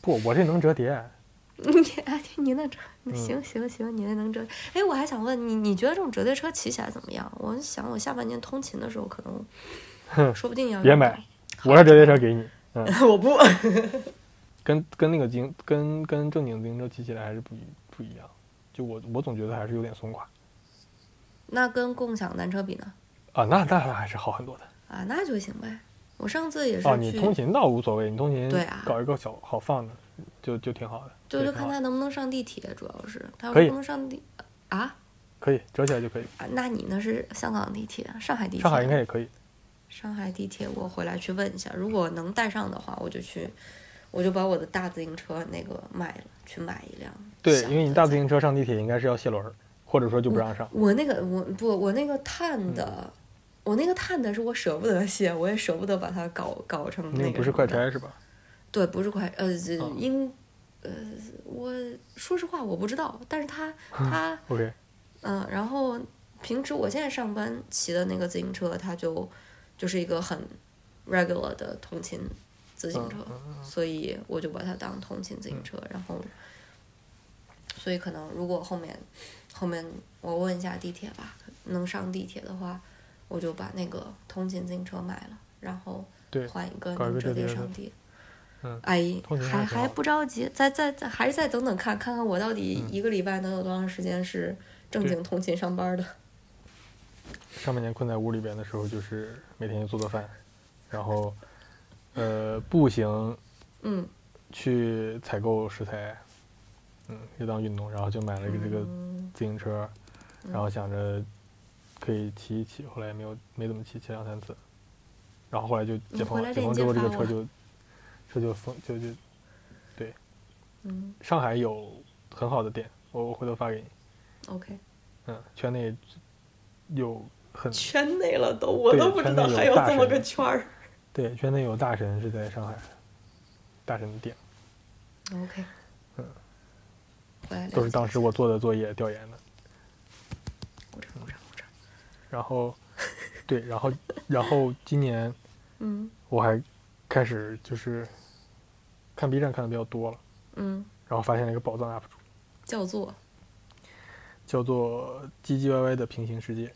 A: 不，我这能折叠，
B: 你哎，你那折，那
A: 嗯
B: 行行行，你那能折。哎，我还想问你，你觉得这种折叠车骑起来怎么样？我想我下半年通勤的时候可能，
A: 哼
B: 说不定要
A: 别
B: 用
A: 买
B: 到。
A: 我让折叠车给你。嗯，
B: 我不，
A: 跟跟那个自行跟跟正经自行车骑起来还是不一不一样，就我我总觉得还是有点松垮
B: 那跟共享单车比呢？
A: 啊，那那还是好很多的
B: 啊，那就行呗。我上次也是去，
A: 哦、你通勤倒无所谓，你通勤
B: 对啊
A: 搞一个小好放的，就就挺好的，
B: 就
A: 对
B: 就
A: 挺
B: 看
A: 好的
B: 他能不能上地铁，主要是他要
A: 可
B: 是
A: 以
B: 不能上地啊
A: 可以折起来就可以，
B: 啊，那你那是香港地铁，上海地铁，
A: 上海应该也可以，
B: 上海地铁，我回来去问一下，如果能带上的话，我就去，我就把我的大自行车那个卖了，去买一辆小的
A: 对
B: 再。，
A: 因为你大自行车上地铁应该是要卸轮儿，或者说就不让上，
B: 我那个我不我那个碳的，
A: 嗯
B: 我那个碳的是我舍不得卸，我也舍不得把它搞搞成
A: 那个
B: 个
A: 不
B: 什
A: 是
B: 么
A: 快
B: 的
A: 拆是吧？
B: 对，不是快，呃，这
A: 嗯
B: 应，呃，我说实话我不知道，但是 他他
A: OK，
B: 嗯、呃然后平时我现在上班骑的那个自行车，它就就是一个很 regular 的通勤自行
A: 嗯
B: 车，所以我就把它当通勤自行车，然后，所以可能如果后面后面我问一下地铁吧，能上地铁的话，我就把那个通勤自行车买了，然后。
A: 对，
B: 换一个
A: 搞一
B: 能
A: 个
B: 折
A: 折
B: 叠
A: 叠
B: 上
A: 的
B: 帝。
A: 嗯
B: 哎
A: 通，勤还
B: 还
A: 挺好
B: 还不着急，再再再还是再等等看，看看我到底
A: 嗯
B: 一个礼拜能有多长时间是正
A: 对
B: 经通勤上班的。
A: 上半年困在屋里边的时候，就是每天就做做饭，然后呃步行
B: 嗯，
A: 去采购食材，嗯，就当运动，然后就买了一个这个
B: 嗯
A: 自行车，
B: 嗯
A: 然后想着可以骑一骑，后来也没有没怎么骑，骑两三次，然后后来就
B: 你
A: 解封
B: 回
A: 了，
B: 来
A: 解
B: 链
A: 封之
B: 接
A: 后这个
B: 发
A: 车
B: 我
A: 就车就封就就
B: 嗯
A: 上海有很好的店，我我回头发给你，
B: ，OK，
A: 嗯，圈内有很
B: 圈内了都，我
A: 嗯对
B: 都不知
A: 圈
B: 道
A: 内有
B: 还有
A: 大
B: 这么
A: 神
B: 个圈儿。
A: 对，圈内有大神是在上海，大神的店
B: OK，
A: 嗯
B: 我来了
A: 都是
B: 解
A: 当时我做的作业调研的。
B: 鼓掌鼓掌鼓掌。
A: 然后，对，然后然后今年
B: 嗯
A: 我还开始就是看 B 站看的比较多了，
B: 嗯，
A: 然后发现了一个宝藏 UP 主，
B: 叫做
A: 叫做唧唧歪歪的平行世界，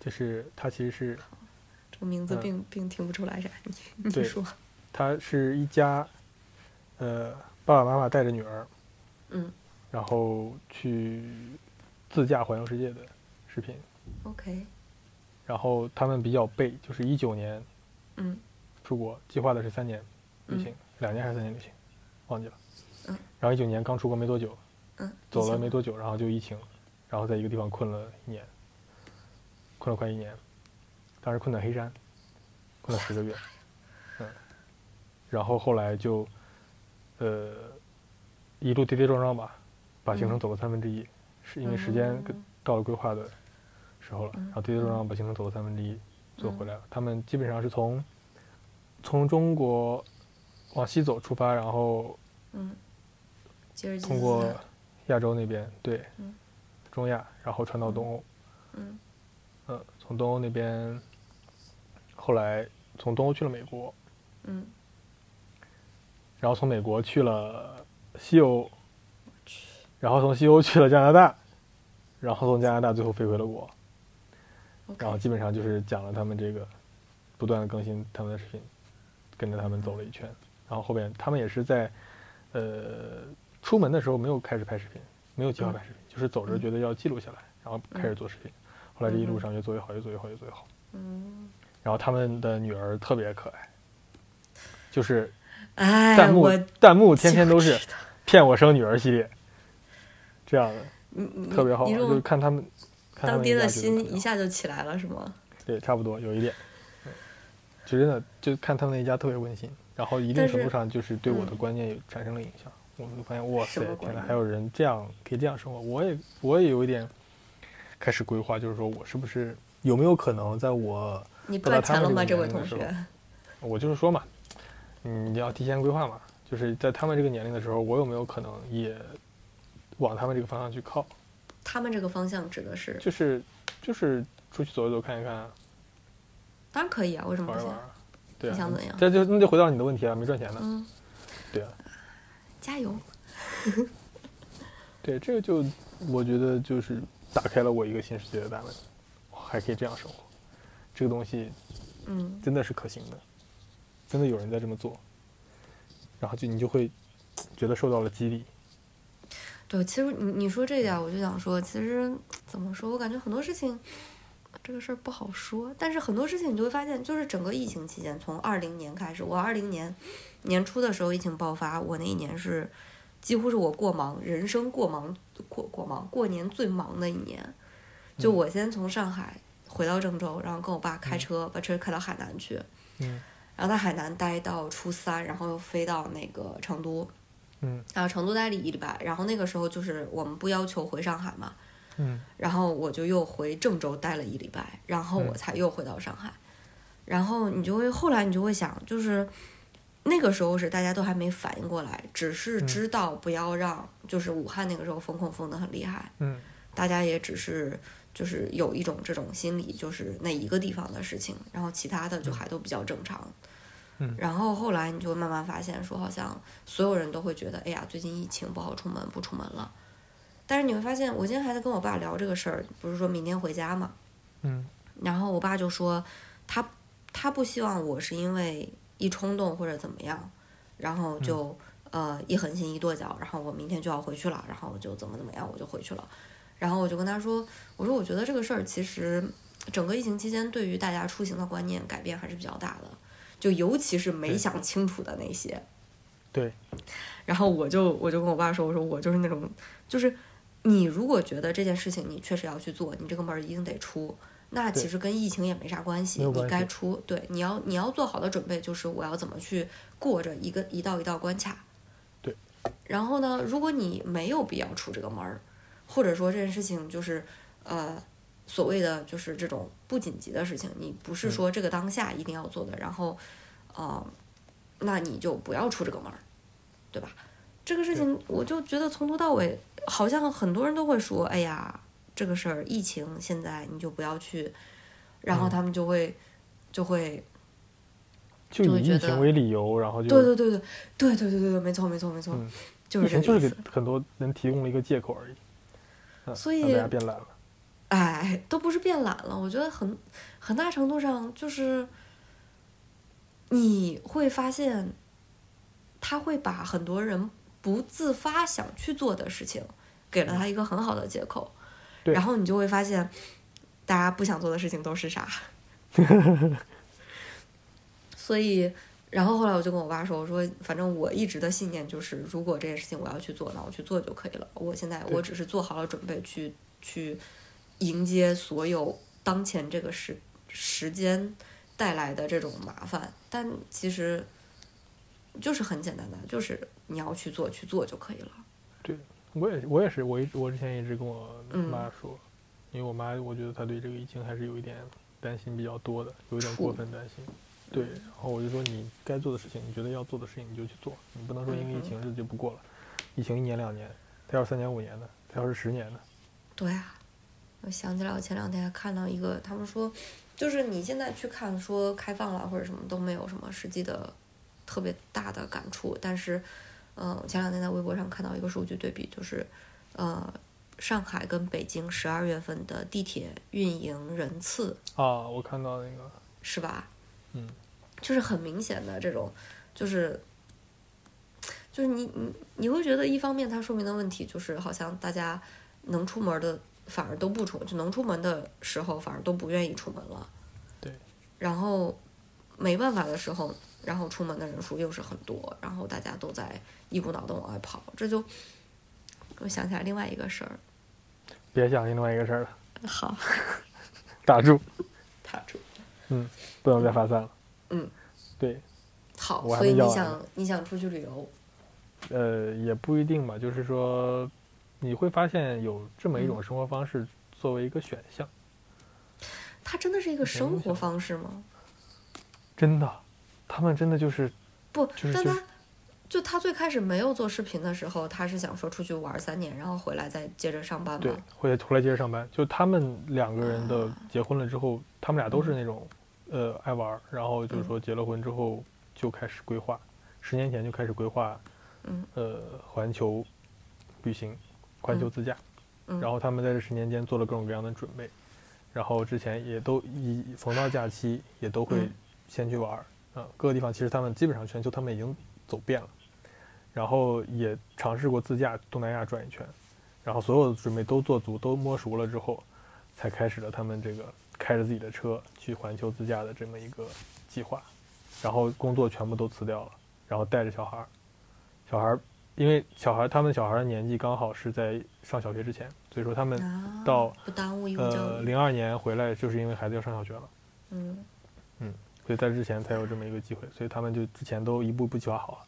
A: 就是他其实是
B: 这个名字
A: 嗯
B: 并、并听不出来啥， 你
A: 对
B: 你说，
A: 他是一家呃爸爸妈妈带着女儿，
B: 嗯
A: 然后去自驾环游世界的视频，
B: ，OK，
A: 然后他们比较背，就是一九年
B: 嗯
A: 出国，计划的是三年旅行，两年还是三年旅行，忘记了。
B: 嗯
A: 然后一九年刚出国没多久，
B: 嗯，
A: 走了
B: 你
A: 没
B: 讲
A: 多久，然后就疫情，然后在一个地方困了一年，困了快一年，当时困在黑山，困了十个月，嗯，然后后来就，呃，一路跌跌撞撞吧，把行程
B: 嗯
A: 走了三分之一，是因为时间跟
B: 嗯
A: 到了规划的时候了，
B: 嗯
A: 然后跌跌撞撞把行程走了三分之一，就回
B: 嗯
A: 来了。他们基本上是从从中国往西走出发，然后
B: 嗯，接着继续
A: 通过
B: 讲
A: 亚洲那边，对，
B: 嗯
A: 中亚，然后传到东欧，
B: 嗯
A: 嗯，从东欧那边，后来从东欧去了美国，
B: 嗯，
A: 然后从美国去了西欧，然后从西欧去了加拿大，然后从加拿大最后飞回了国，然后
B: OK，
A: 基本上就是讲了他们这个不断的更新他们的视频，跟着他们走了一圈，然后后边他们也是在呃出门的时候没有开始拍视频，没有计
B: 嗯
A: 划拍视频，就是走着觉得要记录下来，然后开始做视频，后来这一路上越做越好，越做越好，越做越好。
B: 嗯，
A: 然后他们的女儿特别可爱，就是
B: 哎，
A: 弹幕、
B: 我
A: 弹幕天天
B: 就
A: 都是
B: 知道
A: 骗我生女儿系列，这样的
B: 你你
A: 特别好玩，
B: 你这
A: 就是
B: 种
A: 看他们看他
B: 当
A: 们
B: 爹
A: 一家
B: 的
A: 觉得特别
B: 心
A: 好
B: 一下就起来了是吗？
A: 对，差不多有一点，就真的就看他们那一家特别温馨，然后一定
B: 但
A: 程度
B: 是
A: 上就是对我的
B: 嗯
A: 观念有产生了影响，我就发现哇
B: 什
A: 塞
B: 么，观
A: 天呐，还
B: 念
A: 有人这样可以这样生活，我也我也有一点开始规划，就是说我是不是有没有可能在我
B: 你
A: 到达
B: 赚
A: 他
B: 钱了
A: 们
B: 吗，
A: 这
B: 这
A: 个
B: 位
A: 年龄
B: 同
A: 的时候
B: 学？
A: 我就是说嘛，嗯你要提前规划嘛，就是在他们这个年龄的时候，我有没有可能也往他们这个方向去靠，
B: 他们这个方向指的是，
A: 就是就是出去走一走看一看啊，
B: 当然可以啊，为什么
A: 玩一
B: 不行
A: 玩？啊，对
B: 你
A: 啊
B: 想，怎样？
A: 这就那就回到你的问题了，啊没赚钱呢，
B: 嗯，
A: 对啊。
B: 加油！
A: 对，这个就我觉得就是打开了我一个新世界的大门，我还可以这样生活，这个东西
B: 嗯
A: 真的是可行的，真的有人在这么做，然后就你就会觉得受到了激励。，
B: 对，其实你你说这点儿，我就想说，其实怎么说，我感觉很多事情，这个事儿不好说。但是很多事情你就会发现，就是整个疫情期间，从二零年开始，我二零年年初的时候疫情爆发，我那一年是几乎是我过忙，人生过忙过过忙过年最忙的一年。就
A: 嗯
B: 我先从上海回到郑州，然后跟我爸开
A: 嗯
B: 车把车开到海南去，
A: 嗯
B: 然后在海南待到初三，然后又飞到那个成都。
A: 嗯
B: 然后成都待了一礼拜，然后那个时候就是我们不要求回上海嘛，
A: 嗯
B: 然后我就又回郑州待了一礼拜，然后
A: 嗯
B: 我才又回到上海，然后你就会后来你就会想，就是那个时候是大家都还没反应过来，只是
A: 嗯
B: 知道不要让，就是武汉那个时候封控封得很厉害，
A: 嗯
B: 大家也只是就是有一种这种心理，就是那一个地方的事情，然后其他的就还都比较正常。
A: 嗯
B: 然后后来你就会慢慢发现，说好像所有人都会觉得，哎呀，最近疫情不好出门，不出门了。但是你会发现，我今天还在跟我爸聊这个事儿，不是说明天回家嘛，
A: 嗯
B: 然后我爸就说，他他不希望我是因为一冲动或者怎么样，然后就、
A: 嗯
B: 呃一狠心一跺脚，然后我明天就要回去了，然后我就怎么怎么样，我就回去了。然后我就跟他说，我说我觉得这个事儿其实整个疫情期间对于大家出行的观念改变还是比较大的，就尤其是没
A: 对
B: 想清楚的那些。
A: 对。
B: 然后我就我就跟我爸说，我说我就是那种，就是你如果觉得这件事情你确实要去做，你这个门儿一定得出，那
A: 对
B: 其实跟疫情也没啥关系，
A: 没有
B: 你
A: 关
B: 该
A: 系
B: 出，对，你要你要做好的准备就是我要怎么去过着一个一道一道关卡，
A: 对。
B: 然后呢，如果你没有必要出这个门儿，或者说这件事情就是呃所谓的就是这种不紧急的事情，你不
A: 嗯
B: 是说这个当下一定要做的，然后呃那你就不要出这个门儿，对吧？这个事情我就觉得从头到尾，好像很多人都会说，哎呀，这个事儿疫情现在你就不要去，然后
A: 嗯
B: 他们就会就会
A: 就
B: 就会
A: 以
B: 觉
A: 疫
B: 得
A: 情为理由，然后就
B: 对对对对对对对对对，没错没错没错，
A: 嗯
B: 就
A: 疫
B: 是
A: 情
B: 这
A: 就
B: 个
A: 是
B: 意思。
A: 给很多人提供了一个借口而已，嗯
B: 所以
A: 让大家变懒了。
B: 哎，都不是变懒了，我觉得很很大程度上就是你会发现，他会把很多人不自发想去做的事情，给了他一个很好的借口，
A: 嗯对
B: 然后你就会发现，大家不想做的事情都是 啥。所以，然后后来我就跟我爸说：“我说，反正我一直的信念就是，如果这件事情我要去做，那我去做就可以了。我现在
A: 对
B: 我只是做好了准备去去迎接所有当前这个时时间带来的这种麻烦，但其实就是很简单的，就是你要去做，去做就可以了。
A: 我也我也是，我一我之前一直跟我
B: 嗯
A: 妈说，因为我妈我觉得她对这个疫情还是有一点担心比较多的，有一点过
B: 怵
A: 分担心。对，
B: 嗯
A: 然后我就说你该做的事情，你觉得要做的事情你就去做，你不能说因为
B: 嗯
A: 疫
B: 哼
A: 情日子就不过了，疫情一年两年，它要是三年五年的，它要是十年的，
B: 对啊，我想起来，我前两天还看到一个，他们说，就是你现在去看说开放了或者什么都没有什么实际的特别大的感触，但是，嗯，前两天在微博上看到一个数据对比，就是，呃，上海跟北京十二月份的地铁运营人次
A: 啊，我看到那个，
B: 是吧？
A: 嗯，
B: 就是很明显的这种，就是。就是你你你会觉得，一方面它说明的问题就是，好像大家能出门的反而都不出，就能出门的时候反而都不愿意出门了。
A: 对。
B: 然后没办法的时候，然后出门的人数又是很多，然后大家都在一股脑的往外跑，这就我想起来另外一个事儿。
A: 别想另外一个事儿了，
B: 好，
A: 打住，
B: 踏住。
A: 不能再发散了。
B: 嗯，
A: 对，
B: 好，
A: 我还
B: 所以
A: 没要完
B: 你想你想出去旅游，
A: 呃，也不一定吧，就是说你会发现有这么一种
B: 嗯
A: 生活方式作为一个选项，
B: 它真的是一个生
A: 影
B: 活
A: 响
B: 方式吗？
A: 真的，他们真的就是
B: 不，
A: 就是
B: 但
A: 就
B: 他就他最开始没有做视频的时候，他是想说出去玩三年，然后回来再接着上班
A: 对
B: 嘛。，
A: 回来回来接着上班。就他们两个人的
B: 嗯啊嗯
A: 结婚了之后，他们俩都是那种，呃，爱玩儿，然后就是说结了婚之后就开始规划，十年前就开始规划，
B: 嗯
A: 呃，环球旅行，环球
B: 嗯
A: 自驾。
B: 嗯，
A: 然后他们在这十年间做了各种各样的准备，然后之前也都一逢到假期也都会
B: 嗯
A: 先去玩儿，啊、各个地方其实他们基本上全球他们已经走遍了，然后也尝试过自驾东南亚转一圈，然后所有的准备都做足都摸熟了之后，才开始了他们这个开着自己的车去环球自驾的这么一个计划，然后工作全部都辞掉了，然后带着小孩儿，小孩儿。因为小孩儿他们小孩儿的年纪刚好是在上小学之前，所以说他们
B: 啊
A: 到
B: 不耽误义务
A: 呃
B: 教，育。
A: 零二年回来就是因为孩子要上小学了，
B: 嗯，
A: 所以在之前才有这么一个机会，所以他们就之前都一步一步计划好了，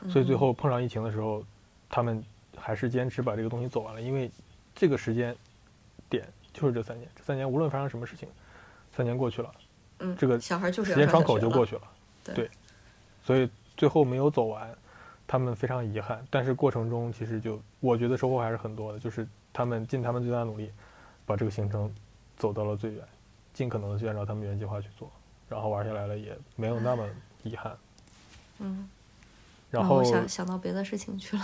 B: 嗯
A: 所以最后碰上疫情的时候，他们还是坚持把这个东西走完了，因为这个时间点就是这三年，这三年无论发生什么事情，三年过去了，
B: 嗯，
A: 这个
B: 小孩就是
A: 时
B: 要
A: 间窗
B: 上
A: 口
B: 小学
A: 就
B: 了
A: 过去了，
B: 对
A: 对所以最后没有走完，他们非常遗憾，但是过程中其实就我觉得收获还是很多的，就是他们尽他们最大的努力，把这个行程走到了最远，尽可能的去按照他们原计划去做，然后玩下来了也没有那么遗憾。
B: 嗯，
A: 然后
B: 我想想到别的事情去了。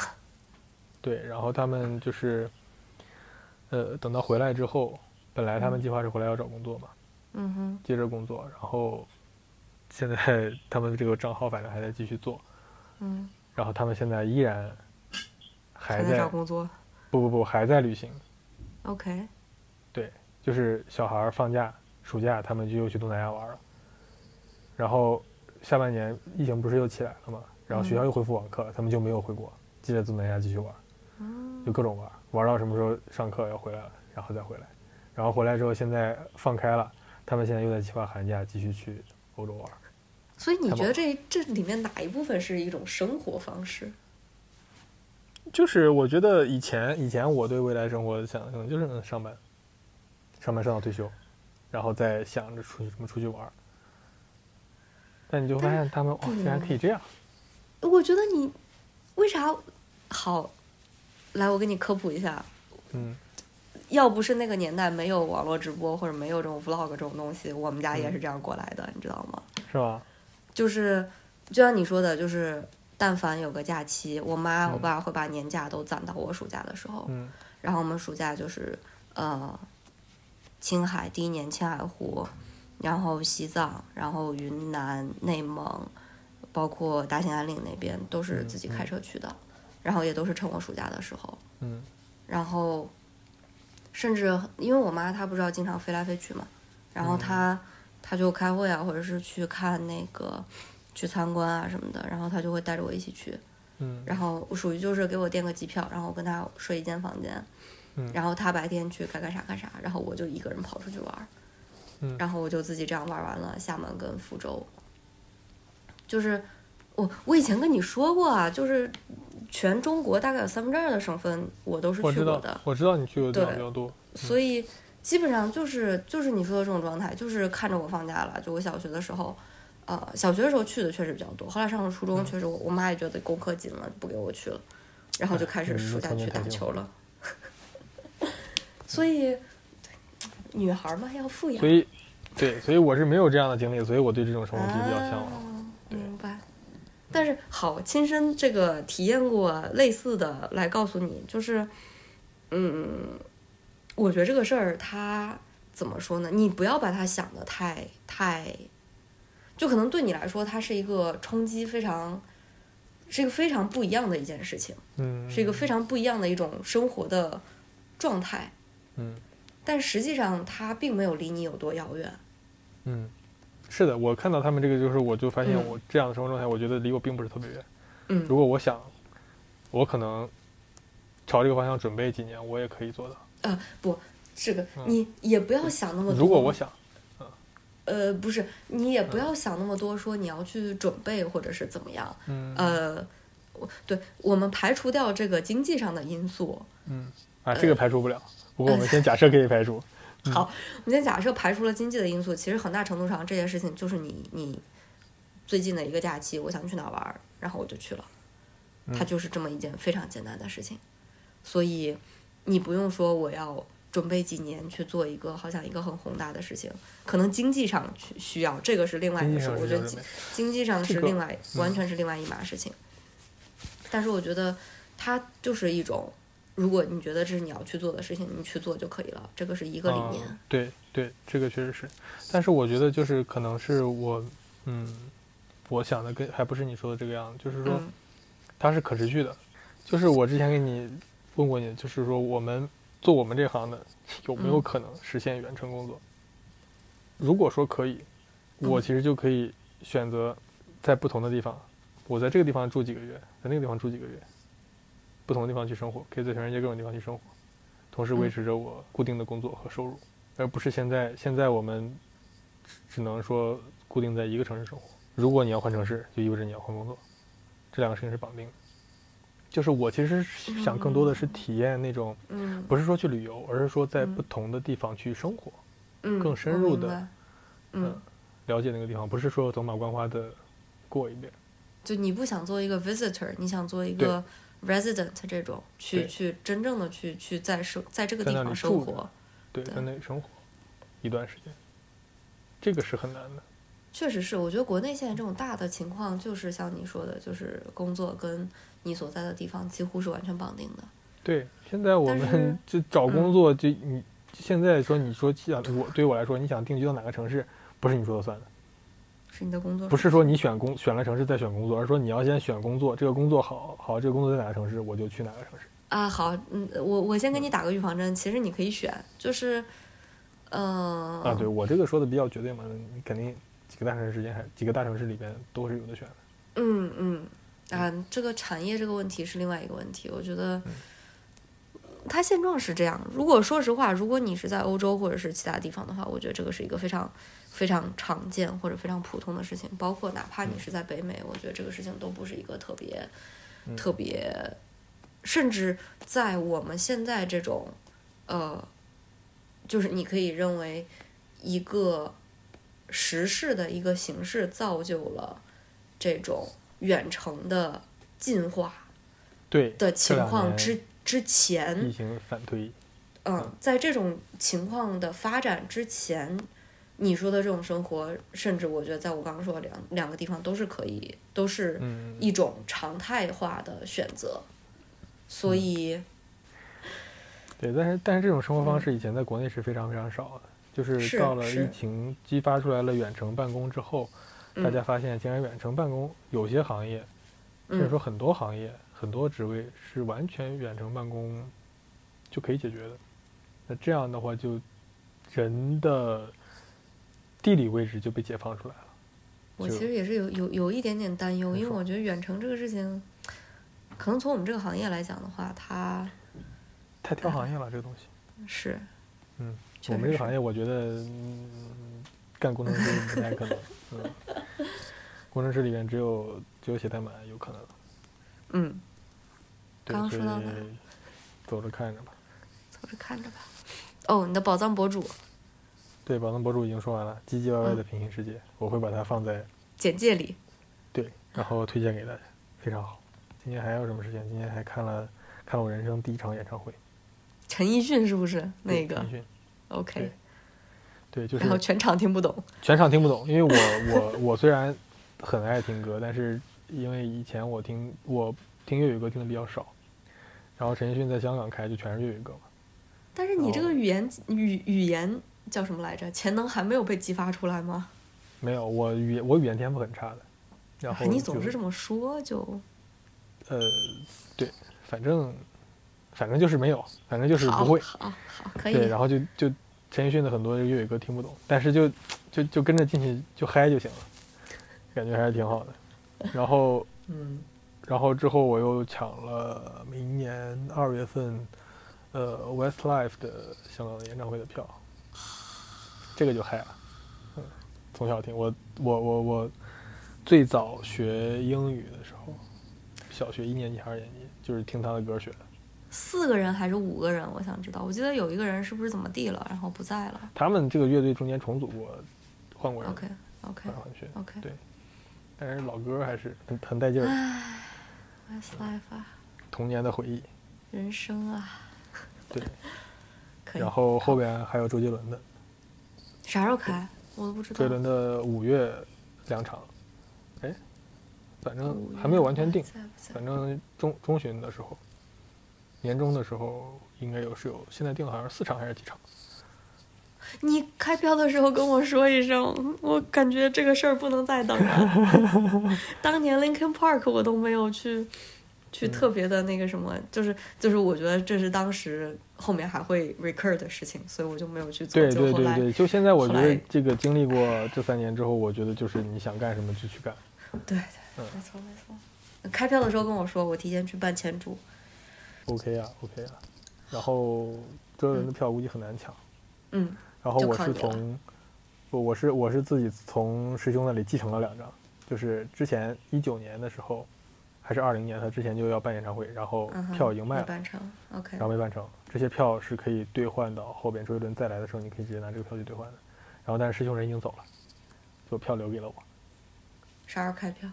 A: 对，然后他们就是，呃，等到回来之后，本来他们
B: 嗯
A: 计划是回来要找工作嘛，
B: 嗯哼，
A: 接着工作，然后现在 他们这个账号反正还在继续做，
B: 嗯，
A: 然后他们现在依然还
B: 还
A: 在
B: 找工作。
A: 不不不，还在旅行。
B: OK，
A: 对，就是小孩儿放假、暑假，他们就又去东南亚玩了。然后下半年疫情不是又起来了嘛，然后学校又恢复网课，他们就没有回国，接着东南亚继续玩，
B: 嗯
A: 就各种玩，玩到什么时候上课要回来了，然后再回来。然后回来之后，现在放开了，他们现在又在计划寒假继续去欧洲玩。
B: 所以你
A: 太
B: 觉得
A: 忙
B: 这这里面哪一部分是一种生活方式？
A: 就是我觉得以前以前我对未来生活的想象就是嗯上班，上班上到退休，然后再想着出去什么出去玩儿。但你就发现他们哇，
B: 不
A: 竟然可以这样。
B: 我觉得你为啥好？来，我给你科普一下，
A: 嗯
B: 要不是那个年代没有网络直播或者没有这种 vlog 这种东西，我们家也是这样过来的，你知道吗？
A: 是吧？
B: 就是就像你说的，就是但凡有个假期，我妈我爸会把年假都攒到我暑假的时候，
A: 嗯
B: 然后我们暑假就是呃青海第一年青海湖，然后西藏，然后云南、内蒙，包括大兴安岭那边都是自己开车去的，然后也都是趁我暑假的时候，
A: 嗯
B: 然后甚至因为我妈她不是要经常飞来飞去嘛，然
A: 嗯
B: 后她、她就开会啊，或者是去看那个去参观啊什么的，然后她就会带着我一起去，
A: 嗯
B: 然后属于就是给我订个机票，然后我跟她睡一间房间，
A: 嗯
B: 然后她白天去该干啥干啥，然后我就一个人跑出去玩儿，
A: 嗯
B: 然后我就自己这样玩完了厦门跟福州，就是。我我以前跟你说过啊，就是全中国大概有三分之二的省份我都是
A: 我
B: 去
A: 知
B: 过
A: 道
B: 的，，
A: 我知道你去过的地方
B: 对
A: 比较多。
B: 所以基本上就是就是你说的这种状态，就是看着我放假了。就我小学的时候，呃，小学的时候去的确实比较多，后来上了初中，确实我我妈也觉得功课紧了，不给我去了，然后就开
A: 哎
B: 始
A: 你们
B: 暑假
A: 童年
B: 去
A: 太
B: 打
A: 幸
B: 球
A: 福
B: 了。 所以，女孩儿嘛要富养
A: 所，以，对，所以我是没有这样的经历，所以我对这种生活
B: 啊，
A: 就比较向往。对
B: 明白。但是好，亲身这个体验过类似的，来告诉你，就是，嗯，我觉得这个事儿它怎么说呢？你不要把它想的太太，就可能对你来说，它是一个冲击非常，是一个非常不一样的一件事情，
A: 嗯，
B: 是一个非常不一样的一种生活的状态。
A: 嗯
B: 但实际上，它并没有离你有多遥远。
A: 嗯，是的，我看到他们这个，就是我就发现
B: 嗯
A: 我这样的生活状态，我觉得离我并不是特别远。
B: 嗯
A: 如果我想，我可能朝这个方向准备几年，我也可以做到。
B: 啊，不，这个
A: 嗯
B: 你也不要想那么多。
A: 如果我想，
B: 呃，不是，你也
A: 嗯
B: 不要想那么多，说你要去准备或者是怎么样。
A: 嗯
B: 呃，我对我们排除掉这个经济上的因素，
A: 嗯啊，这个排除不了。不过
B: 呃
A: 我们先假设可以排 除。
B: 我们先假设排除了经济的因素，其实很大程度上这些事情就是你你最近的一个假期，我想去哪儿玩儿，然后我就去了，它
A: 嗯
B: 就是这么一件非常简单的事情，所以你不用说我要准备几年去做一个好像一个很宏大的事情，可能经济上去需要，这个是另外一
A: 经济
B: 个事，
A: 上
B: 我
A: 是
B: 觉
A: 有
B: 得
A: 准
B: 经
A: 备。
B: 经济上
A: 这
B: 是
A: 个嗯
B: 另外、完全是另外一码事情。但是我觉得它就是一种，如果你觉得这是你要去做的事情，你去做就可以了，这个是一个理念。
A: 嗯对对，这个确实是，但是我觉得就是可能是我，嗯，我想的跟还不是你说的这个样子，就是说
B: 嗯
A: 它是可持续的。就是我之前给你问过你，就是说我们做我们这行的有没有
B: 嗯
A: 可能实现远程工作？如果说可以，我
B: 嗯
A: 其实就可以选择在不同的地方，我在这个地方住几个月，在那个地方住几个月，不同的地方去生活，可以在全世界各种地方去生活，同时维
B: 嗯
A: 持着我固定的工作和收入，而不是现在现在我们只只能说固定在一个城市生活。如果你要换城市，就意味着你要换工作，这两个事情是绑定的。就是我其实是想更多的是体验那种，
B: 嗯
A: 不是说去旅游，而是说在
B: 嗯
A: 不同的地方去生活，
B: 嗯，
A: 更深入的
B: 我明白，嗯，
A: 了解那个地方，不是说走马观花的过一遍。
B: 就你不想做一个 visitor，你想做一个 resident 这种，去
A: 对
B: 去真正的去去在生在这个地
A: 在那
B: 方
A: 里
B: 生
A: 住着
B: 活，
A: 对，
B: 对
A: 在那里生活一段时间，这个是很难的。
B: 确实是，我觉得国内现在这种大的情况，就是像你说的，就是工作跟你所在的地方几乎是完全绑定的。
A: 对，现在我
B: 但
A: 们
B: 是嗯
A: 就找工作，就你现在说你说想我对于我来说，你想定居到哪个城市，不是你说了算的，
B: 是你的工作
A: 不是说你选工选了城市再选工作，而是说你要先选工作，这个工作好好，这个工作在哪个城市，我就去哪个城市。
B: 啊，好，嗯，我我先给你打个预防针，其实你可以选，就是，嗯、
A: 啊，对我这个说的比较绝对嘛，你肯定几个大城市之间还几个大城市里边都是有的选的。
B: 嗯嗯，啊，这个产业这个问题是另外一个问题，我觉得。它现状是这样。如果说实话，如果你是在欧洲或者是其他地方的话，我觉得这个是一个非常非常常见或者非常普通的事情。包括哪怕你是在北美，我觉得这个事情都不是一个特别、
A: 嗯
B: 特别甚至在我们现在这种，呃，就是你可以认为一个时事的一个形式造就了这种远程的进化
A: 对这
B: 的情
A: 两
B: 况
A: 年
B: 之之前，
A: 疫情反推，
B: 嗯，在这种情况的发展之前，你说的这种生活，甚至我觉得在我刚刚说的两两个地方都是可以，都是
A: 嗯，
B: 一种常态化的选择。
A: 嗯
B: 所以，
A: 对，但是但是这种生活方式以前在国内是非常非常少的，就是
B: 是
A: 到了
B: 嗯是
A: 疫情激发出来了远程办公之后，大家发现竟然远程办公有些行业，
B: 嗯
A: 或者说很多行业、很多职位是完全远程办公就可以解决的。那这样的话，就人的地理位置就被解放出来了。
B: 我
A: 就
B: 其实也是有有有一点点担忧，
A: 很
B: 因为
A: 爽
B: 我觉得远程这个事情，可能从我们这个行业来讲的话，它
A: 太挑行业了，这个东西。
B: 是
A: 嗯，
B: 确
A: 我们这个
B: 实是
A: 行业，我觉得、嗯、干工程师不太可能。嗯，工程师里面只有只有写代码有可能。
B: 嗯，
A: 对，
B: 刚刚
A: 所
B: 说到
A: 以
B: 哪儿
A: 走着看着吧。
B: 走着看着吧。哦，你的宝藏博主
A: 对，宝藏博主已经说完了，唧唧歪歪的
B: 嗯
A: 平行世界，我会把它放在
B: 简介里，
A: 对，然后推荐给大家，非常好。今天还有什么事情？今天还看了看了我人生第一场演唱会，
B: 陈奕迅是不是那
A: 对
B: 个
A: 陈奕迅对
B: OK？
A: 对，就
B: 然后
A: 是
B: 全场听不懂，
A: 全场听不懂，因为我 我我虽然很爱听歌，但是因为以前我听我听粤语歌听的比较少，然后陈奕迅在香港开就全是粤语歌嘛，
B: 但是你这
A: 哦
B: 个语言语语言叫什么来着？潜能还没有被激发出来吗？
A: 没有我语言我语言天赋很差的，然后
B: 哎啊你总
A: 就是
B: 这么说就
A: 呃，对，反正反正就是没有，反正就是不会，
B: 好好好可以
A: 对，然后就就陈奕迅的很多粤语歌听不懂，但是就就就跟着进去就嗨就行了，感觉还是挺好的。然后
B: 嗯
A: 然后之后我又抢了明年二月份呃 Westlife 的香港的演唱会的票，这个就嗨了，嗯，从小听我我我我最早学英语的时候，小学一年级还是二年级，就是听他的歌学的。
B: 四个人还是五个人？我想知道。我记得有一个人是不是怎么地了，然后不在了
A: 他们这个乐队中间重组过，换过人，
B: ？OK OK
A: 换来换去，
B: OK
A: 对。但是老歌还是很很带劲儿，
B: 啊 Westlife 啊，
A: 童年的回忆。
B: 人生啊，
A: 对，
B: 可 以
A: 然。后后边还有周杰伦的，
B: 啥时候开？我都不知
A: 周杰
B: 道
A: 伦。的五月两场，哎，反
B: 五
A: 正
B: 月
A: 还没有完全定
B: 在，不在
A: 反正中中旬的时候，年终的时候应该有是有，现在定好像是四场还是几场？
B: 你开票的时候跟我说一声，我感觉这个事儿不能再等了。 当年 Linkin Park 我都没有去，
A: 嗯
B: 去特别的那个什么，就是就是我觉得这是当时后面还会 recur 的事情，所以我就没有去做。
A: 对
B: 就
A: 对
B: 后
A: 对
B: 来
A: 对，就现在我觉
B: 后
A: 得
B: 来
A: 这个经历过这三年之后，我觉得就是你想干什么就去干。
B: 对对
A: 嗯
B: 没错没错。开票的时候跟我说，我提前去办签注。
A: OK 啊，OK 啊。然后周杰伦的票估计很难抢。
B: 嗯，
A: 然后
B: 就
A: 我
B: 靠
A: 是
B: 你了
A: 从，不，我是我是自己从师兄那里继承了两张，就是之前一九年的时候，还是二零年，他之前就要办演唱会，然后
B: 嗯哼
A: 票已经卖
B: 没
A: 了，
B: 办成。OK
A: 然后没办成。这些票是可以兑换到后边周杰伦再来的时候，你可以直接拿这个票去兑换的。然后但是师兄人已经走了，就票留给了我。
B: 啥时候开票？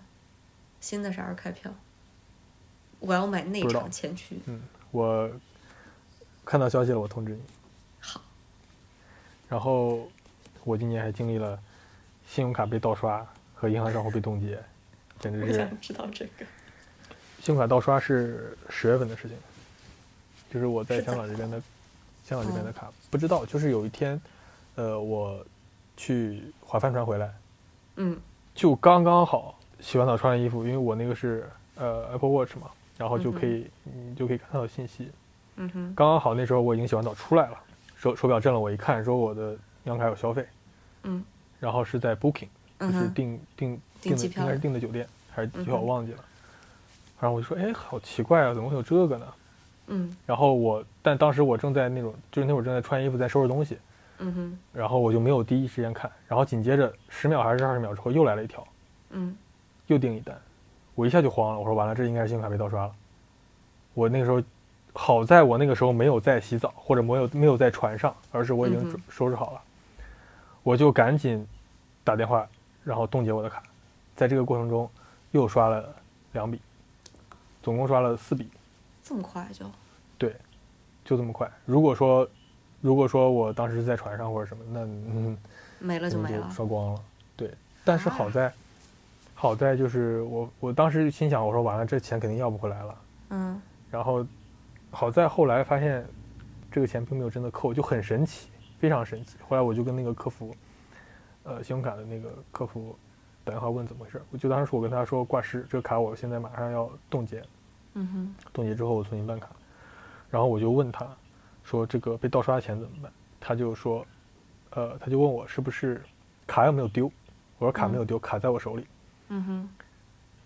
B: 新的啥时候开票？我要买内
A: 不知道
B: 场前区。
A: 嗯，我看到消息了，我通知你。
B: 好。
A: 然后我今年还经历了信用卡被盗刷和银行账户被冻结，简直
B: 我
A: 是
B: 想知道这个。
A: 信用卡盗刷是十月份的事情，就是我在
B: 是哦
A: 香
B: 在
A: 港这边的香港这边的卡，不知道就是有一天，呃，我去划帆船回来，
B: 嗯
A: 就刚刚好洗完澡穿上衣服，因为我那个是呃 Apple Watch 嘛，然后就可以、你就可以看到信息，
B: 嗯哼。
A: 刚刚好那时候我已经洗完澡出来了，手手表震了，我一看说我的银行卡有消费，
B: 嗯
A: 然后是在 Booking，就
B: 嗯
A: 是
B: 哼，
A: 订订
B: 订
A: 订的
B: 机
A: 应
B: 票嗯
A: 该是订的酒店还是机票我忘记了，然后我就说哎好奇怪啊，怎么会有这个呢？
B: 嗯
A: 然后我但当时我正在那种就是那会儿正在穿衣服在收拾东西，
B: 嗯哼，
A: 然后我就没有第一时间看，然后紧接着十秒还是二十秒之后又来了一条，
B: 嗯，
A: 又订一单，我一下就慌了，我说完了这应该是信用卡被盗刷了，我那个时候好在我那个时候没有在洗澡，或者没有没有在船上，而是我已经
B: 嗯
A: 准
B: 哼
A: 收拾好了，我就赶紧打电话，然后冻结我的卡，在这个过程中又刷了两笔，总共刷了四笔，
B: 这么快就
A: 对，就这么快。如果说如果说我当时是在船上或者什么，那嗯。
B: 没了
A: 嗯
B: 就没了。
A: 刷光了。对，但是
B: 啊
A: 好在，好在就是我我当时心想，我说完了，这钱肯定要不回来了。
B: 嗯
A: 然后，好在后来发现，这个钱并没有真的扣，就很神奇，非常神奇。后来我就跟那个客服，呃，信用卡的那个客服打电话问怎么回事儿，我就当时我跟他说挂失，这个卡我现在马上要冻结，
B: 嗯哼，
A: 冻结之后我重新办卡，然后我就问他，说这个被盗刷的钱怎么办？他就说，呃，他就问我是不是卡有没有丢？我说卡没有丢，卡在我手里。
B: 嗯哼，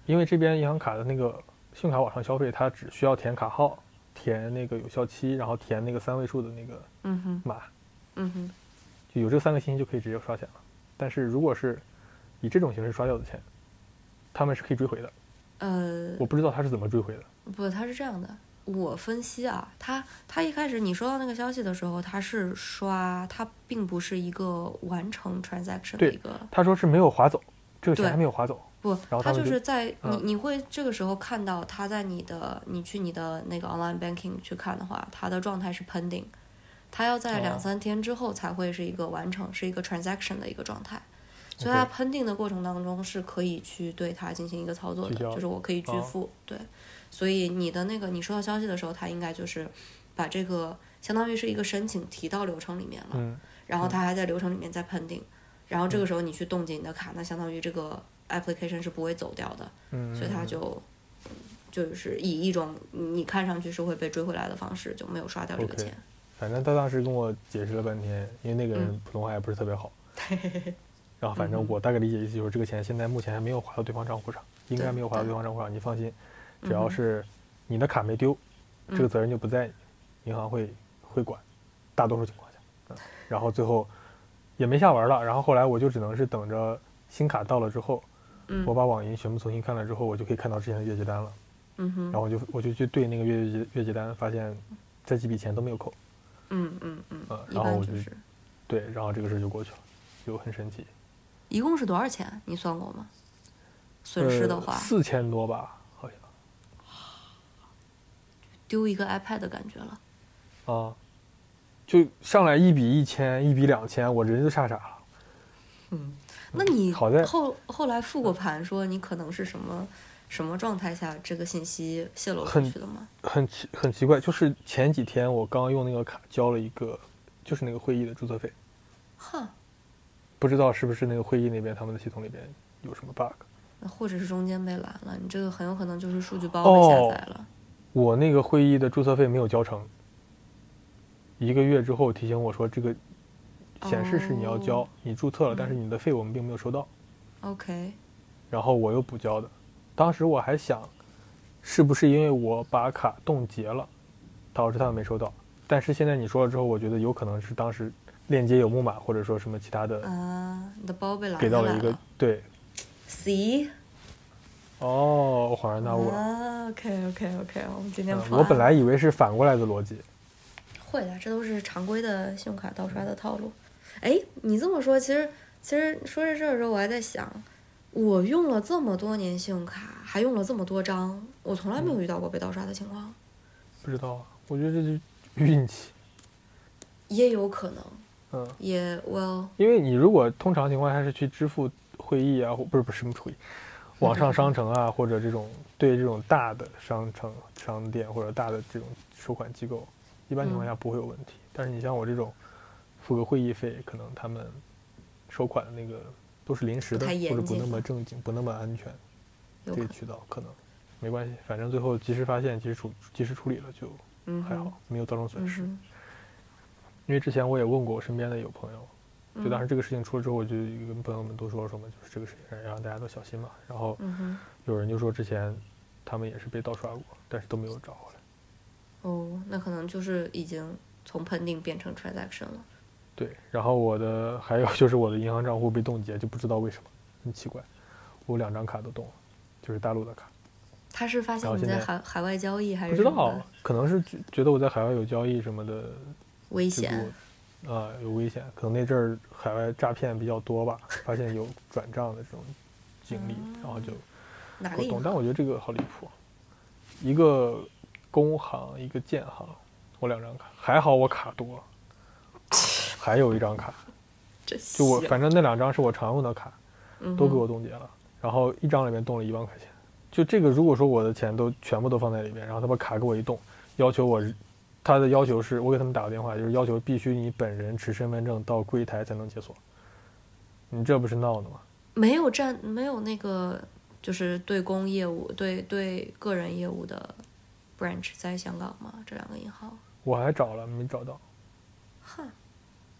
A: 因为这边银行卡的那个信用卡网上消费，它只需要填卡号、填那个有效期，然后填那个三位数的那个
B: 嗯哼，
A: 码，
B: 嗯哼，
A: 就有这三个信息就可以直接刷钱了。但是如果是以这种形式刷掉的钱，他们是可以追回的。
B: 呃，
A: 我不知道他是怎么追回的。
B: 不，他是这样的，我分析啊，他他一开始你收到那个消息的时候，他是刷，他并不是一个完成 transaction 的
A: 对
B: 一个，
A: 他说是没有划走，这个钱
B: 对
A: 还没有划走。
B: 不
A: 然后，他
B: 他
A: 们
B: 就
A: 就是
B: 在你
A: 嗯
B: 你会这个时候看到他在你的你去你的那个 online banking 去看的话，他的状态是 pending，他要在两
A: 哦
B: 三天之后才会是一个完成，是一个 transaction 的一个状态。所以它
A: OK
B: pending 的过程当中是可以去对它进行一个操作的
A: 取消，
B: 就是我可以拒
A: 哦
B: 付，对。所以你的那个你收到消息的时候，它应该就是把这个相当于是一个申请提到流程里面了，
A: 嗯，
B: 然后它还在流程里面在 pending，然后这个时候你去冻结你的卡，那相当于这个 application 是不会走掉的，
A: 嗯，
B: 所以它就。嗯就是以一种你看上去是会被追回来的方式，就没有刷掉这个
A: OK
B: 钱。
A: 反正他当时跟我解释了半天，因为那个人
B: 嗯
A: 普通话也不是特别 好。然后反
B: 嗯
A: 正
B: 哼
A: 我大概理解意思就是，这个钱现在目前还没有划到对方账户上，应该
B: 对
A: 没有划到
B: 对
A: 对方账户上，你放心，
B: 嗯
A: 只要
B: 哼
A: 是你的卡没丢，这个
B: 嗯
A: 责任就不在你，银行会会管，大多数情况下。嗯然后最后也没下文了，然后后来我就只能是等着新卡到了之后，
B: 嗯
A: 我把网银全部重新看了之后，我就可以看到之前的月结单了。
B: 嗯哼，
A: 然后我就我就去对那个月结月结单，发现这几笔钱都没有扣。
B: 嗯嗯嗯
A: 呃，
B: 一
A: 然后
B: 般
A: 我
B: 就
A: 就是对，然后这个事儿就过去了，就很神奇。
B: 一共是多少钱？你算过吗？损失的话，
A: 呃四千多吧，好像
B: 丢一个 iPad 的感觉了。
A: 啊，就上来一笔一千，一笔两千，我人就吓傻了。
B: 嗯，那你
A: 好在嗯
B: 后后来复过盘，说你可能是什么什么状态下这个信息泄露出
A: 很
B: 去的吗？
A: 很奇很奇怪，就是前几天我刚用那个卡交了一个，就是那个会议的注册费，
B: 哈，
A: 不知道是不是那个会议那边他们的系统里边有什么 bug。
B: 那或者是中间被拦了，你这个很有可能就是数据包被
A: 哦
B: 下载了。
A: 我那个会议的注册费没有交成，一个月之后提醒我说这个显示是你要交，
B: 哦
A: 你注册了，但是你的费我们并没有收到。
B: OK，
A: 然后我又补交的。当时我还想，是不是因为我把卡冻结了，导致他们没收到？但是现在你说了之后，我觉得有可能是当时链接有木马，或者说什么其他的
B: 啊，你的包被拦
A: 给
B: 下
A: 到
B: 来
A: 了一个对。
B: C
A: 哦，我恍然大悟了。
B: 啊，OK OK OK，我们今天
A: 嗯我
B: 破案
A: 本来
B: 了
A: 以为是反过来的逻辑，
B: 会的，这都是常规的信用卡盗刷的套路。哎，你这么说，其实其实说这事儿的时候，我还在想，我用了这么多年信用卡，还用了这么多张，我从来没
A: 嗯
B: 有遇到过被盗刷的情况。
A: 不知道啊。我觉得这就运气。
B: 也有可能，
A: 嗯，
B: 也 well，
A: 因为你如果通常情况下是去支付会议啊，或不是不是什么 会议，网上商城啊， 或者这种对这种大的商城、商店或者大的这种收款机构，一般情况下不会有问题。
B: 嗯
A: 但是你像我这种付个会议费，可能他们收款的那个都是临时
B: 不
A: 的，
B: 太严
A: 或者不
B: 谨
A: 那么
B: 了
A: 正经、不那么安全，
B: 有
A: 这个
B: 可能，
A: 渠道可能没关系，反正最后及时发现、及时处、及时处理了就
B: 嗯
A: 还
B: 哼
A: 好，，没有造成损
B: 嗯
A: 失。
B: 哼，
A: 因为之前我也问过我身边的有朋友，就
B: 嗯
A: 当时这个事情出了之后，我就跟朋友们都说说嘛，就是这个事情让大家都小心嘛。然后
B: 嗯哼，
A: 有人就说之前他们也是被盗刷过，但是都没有找回来。
B: 哦，那可能就是已经从 pending 变成 transaction 了。
A: 对，然后我的还有就是我的银行账户被冻结，就不知道为什么，很奇怪，我两张卡都冻了，就是大陆的卡。
B: 他是发现你
A: 然
B: 在
A: 后现在
B: 海海外交易还
A: 不
B: 是
A: 知
B: 什么
A: 道，可能是觉觉得我在海外有交易什么的，
B: 危
A: 就
B: 险？
A: 给我啊、有危险。可能那阵儿海外诈骗比较多吧，发现有转账的这种经历，
B: 嗯
A: 然后就
B: 哪
A: 我
B: 个
A: 懂
B: 银，
A: 但
B: 行？
A: 我觉得这个好离谱，一个工行，一个建行，我两张卡，还好我卡 多，还有一张卡，
B: 这
A: 就我
B: 行
A: 反正那两张是我常用的卡，
B: 嗯
A: 都给
B: 哼
A: 我冻结了，然后一张里面冻了一万块钱，就这个如果说我的钱都全部都放在里面，然后他把卡给我一冻，要求我，他的要求是我给他们打个电话，就是要求必须你本人持身份证到柜台才能解锁，你这不是闹呢吗？
B: 没有占没有那个就是对公业务对对个人业务的 branch 在香港吗？这两个银行，
A: 我还找了没找到，
B: 哼，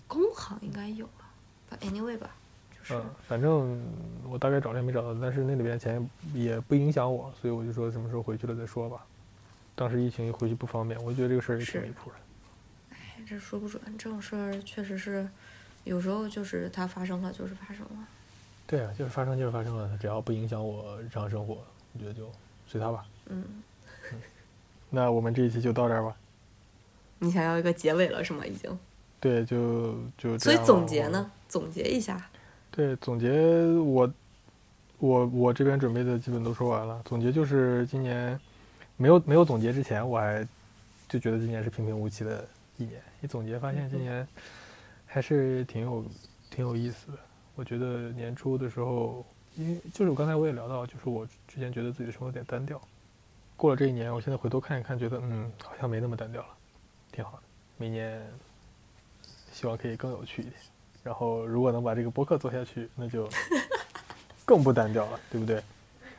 B: 工行应该有吧？吧，anyway 吧，就是
A: 嗯，反正我大概找了也没找到，但是那里边钱也不影响我，所以我就说什么时候回去了再说吧。当时疫情回去不方便，我觉得这个事儿也挺
B: 是
A: 离谱的。
B: 哎这说不准，这种事儿确实是有时候就是它发生了就是发生了。
A: 对啊，就是发生就是发生了，只要不影响我日常生活，我觉得就随他吧。
B: 嗯，
A: 那我们这一期就到这儿吧。
B: 你想要一个结尾了是吗？已经，
A: 对，就就这
B: 所以
A: 样吧
B: 总结？呢？总结一下，
A: 对，总结我我我这边准备的基本都说完了。总结就是今年没有没有总结之前，我还就觉得今年是平平无奇的一年。一总结发现今年还是挺有挺有意思的。我觉得年初的时候，因为就是我刚才我也聊到，就是我之前觉得自己的生活有点单调。过了这一年，我现在回头看一看，觉得嗯，好像没那么单调了，挺好的。明年希望可以更有趣一点。然后如果能把这个播客做下去，那就 更不单调了，对 不对？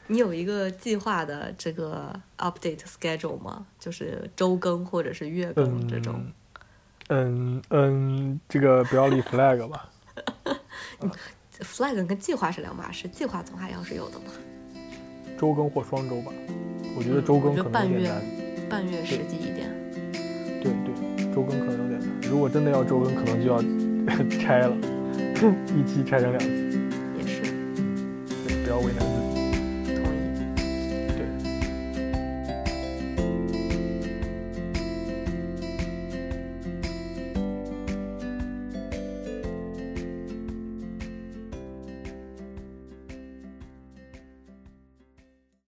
B: 你有一个计划的这个 update schedule 吗？就是周更或者是月更这种。
A: 嗯嗯，这个不要立 flag 吧。
B: flag 跟计划是两码事，计划总还要是有的嘛。
A: 周更或双周吧。我觉得
B: 嗯
A: 周
B: 我
A: 更
B: 觉
A: 可
B: 得
A: 能
B: 半
A: 有
B: 月
A: 点难，
B: 半月实际一点。
A: 对对，周更可能有点难。如果真的要 周更，可能就要 拆了，一期拆成两期，
B: 也是。
A: 对不要为难自己。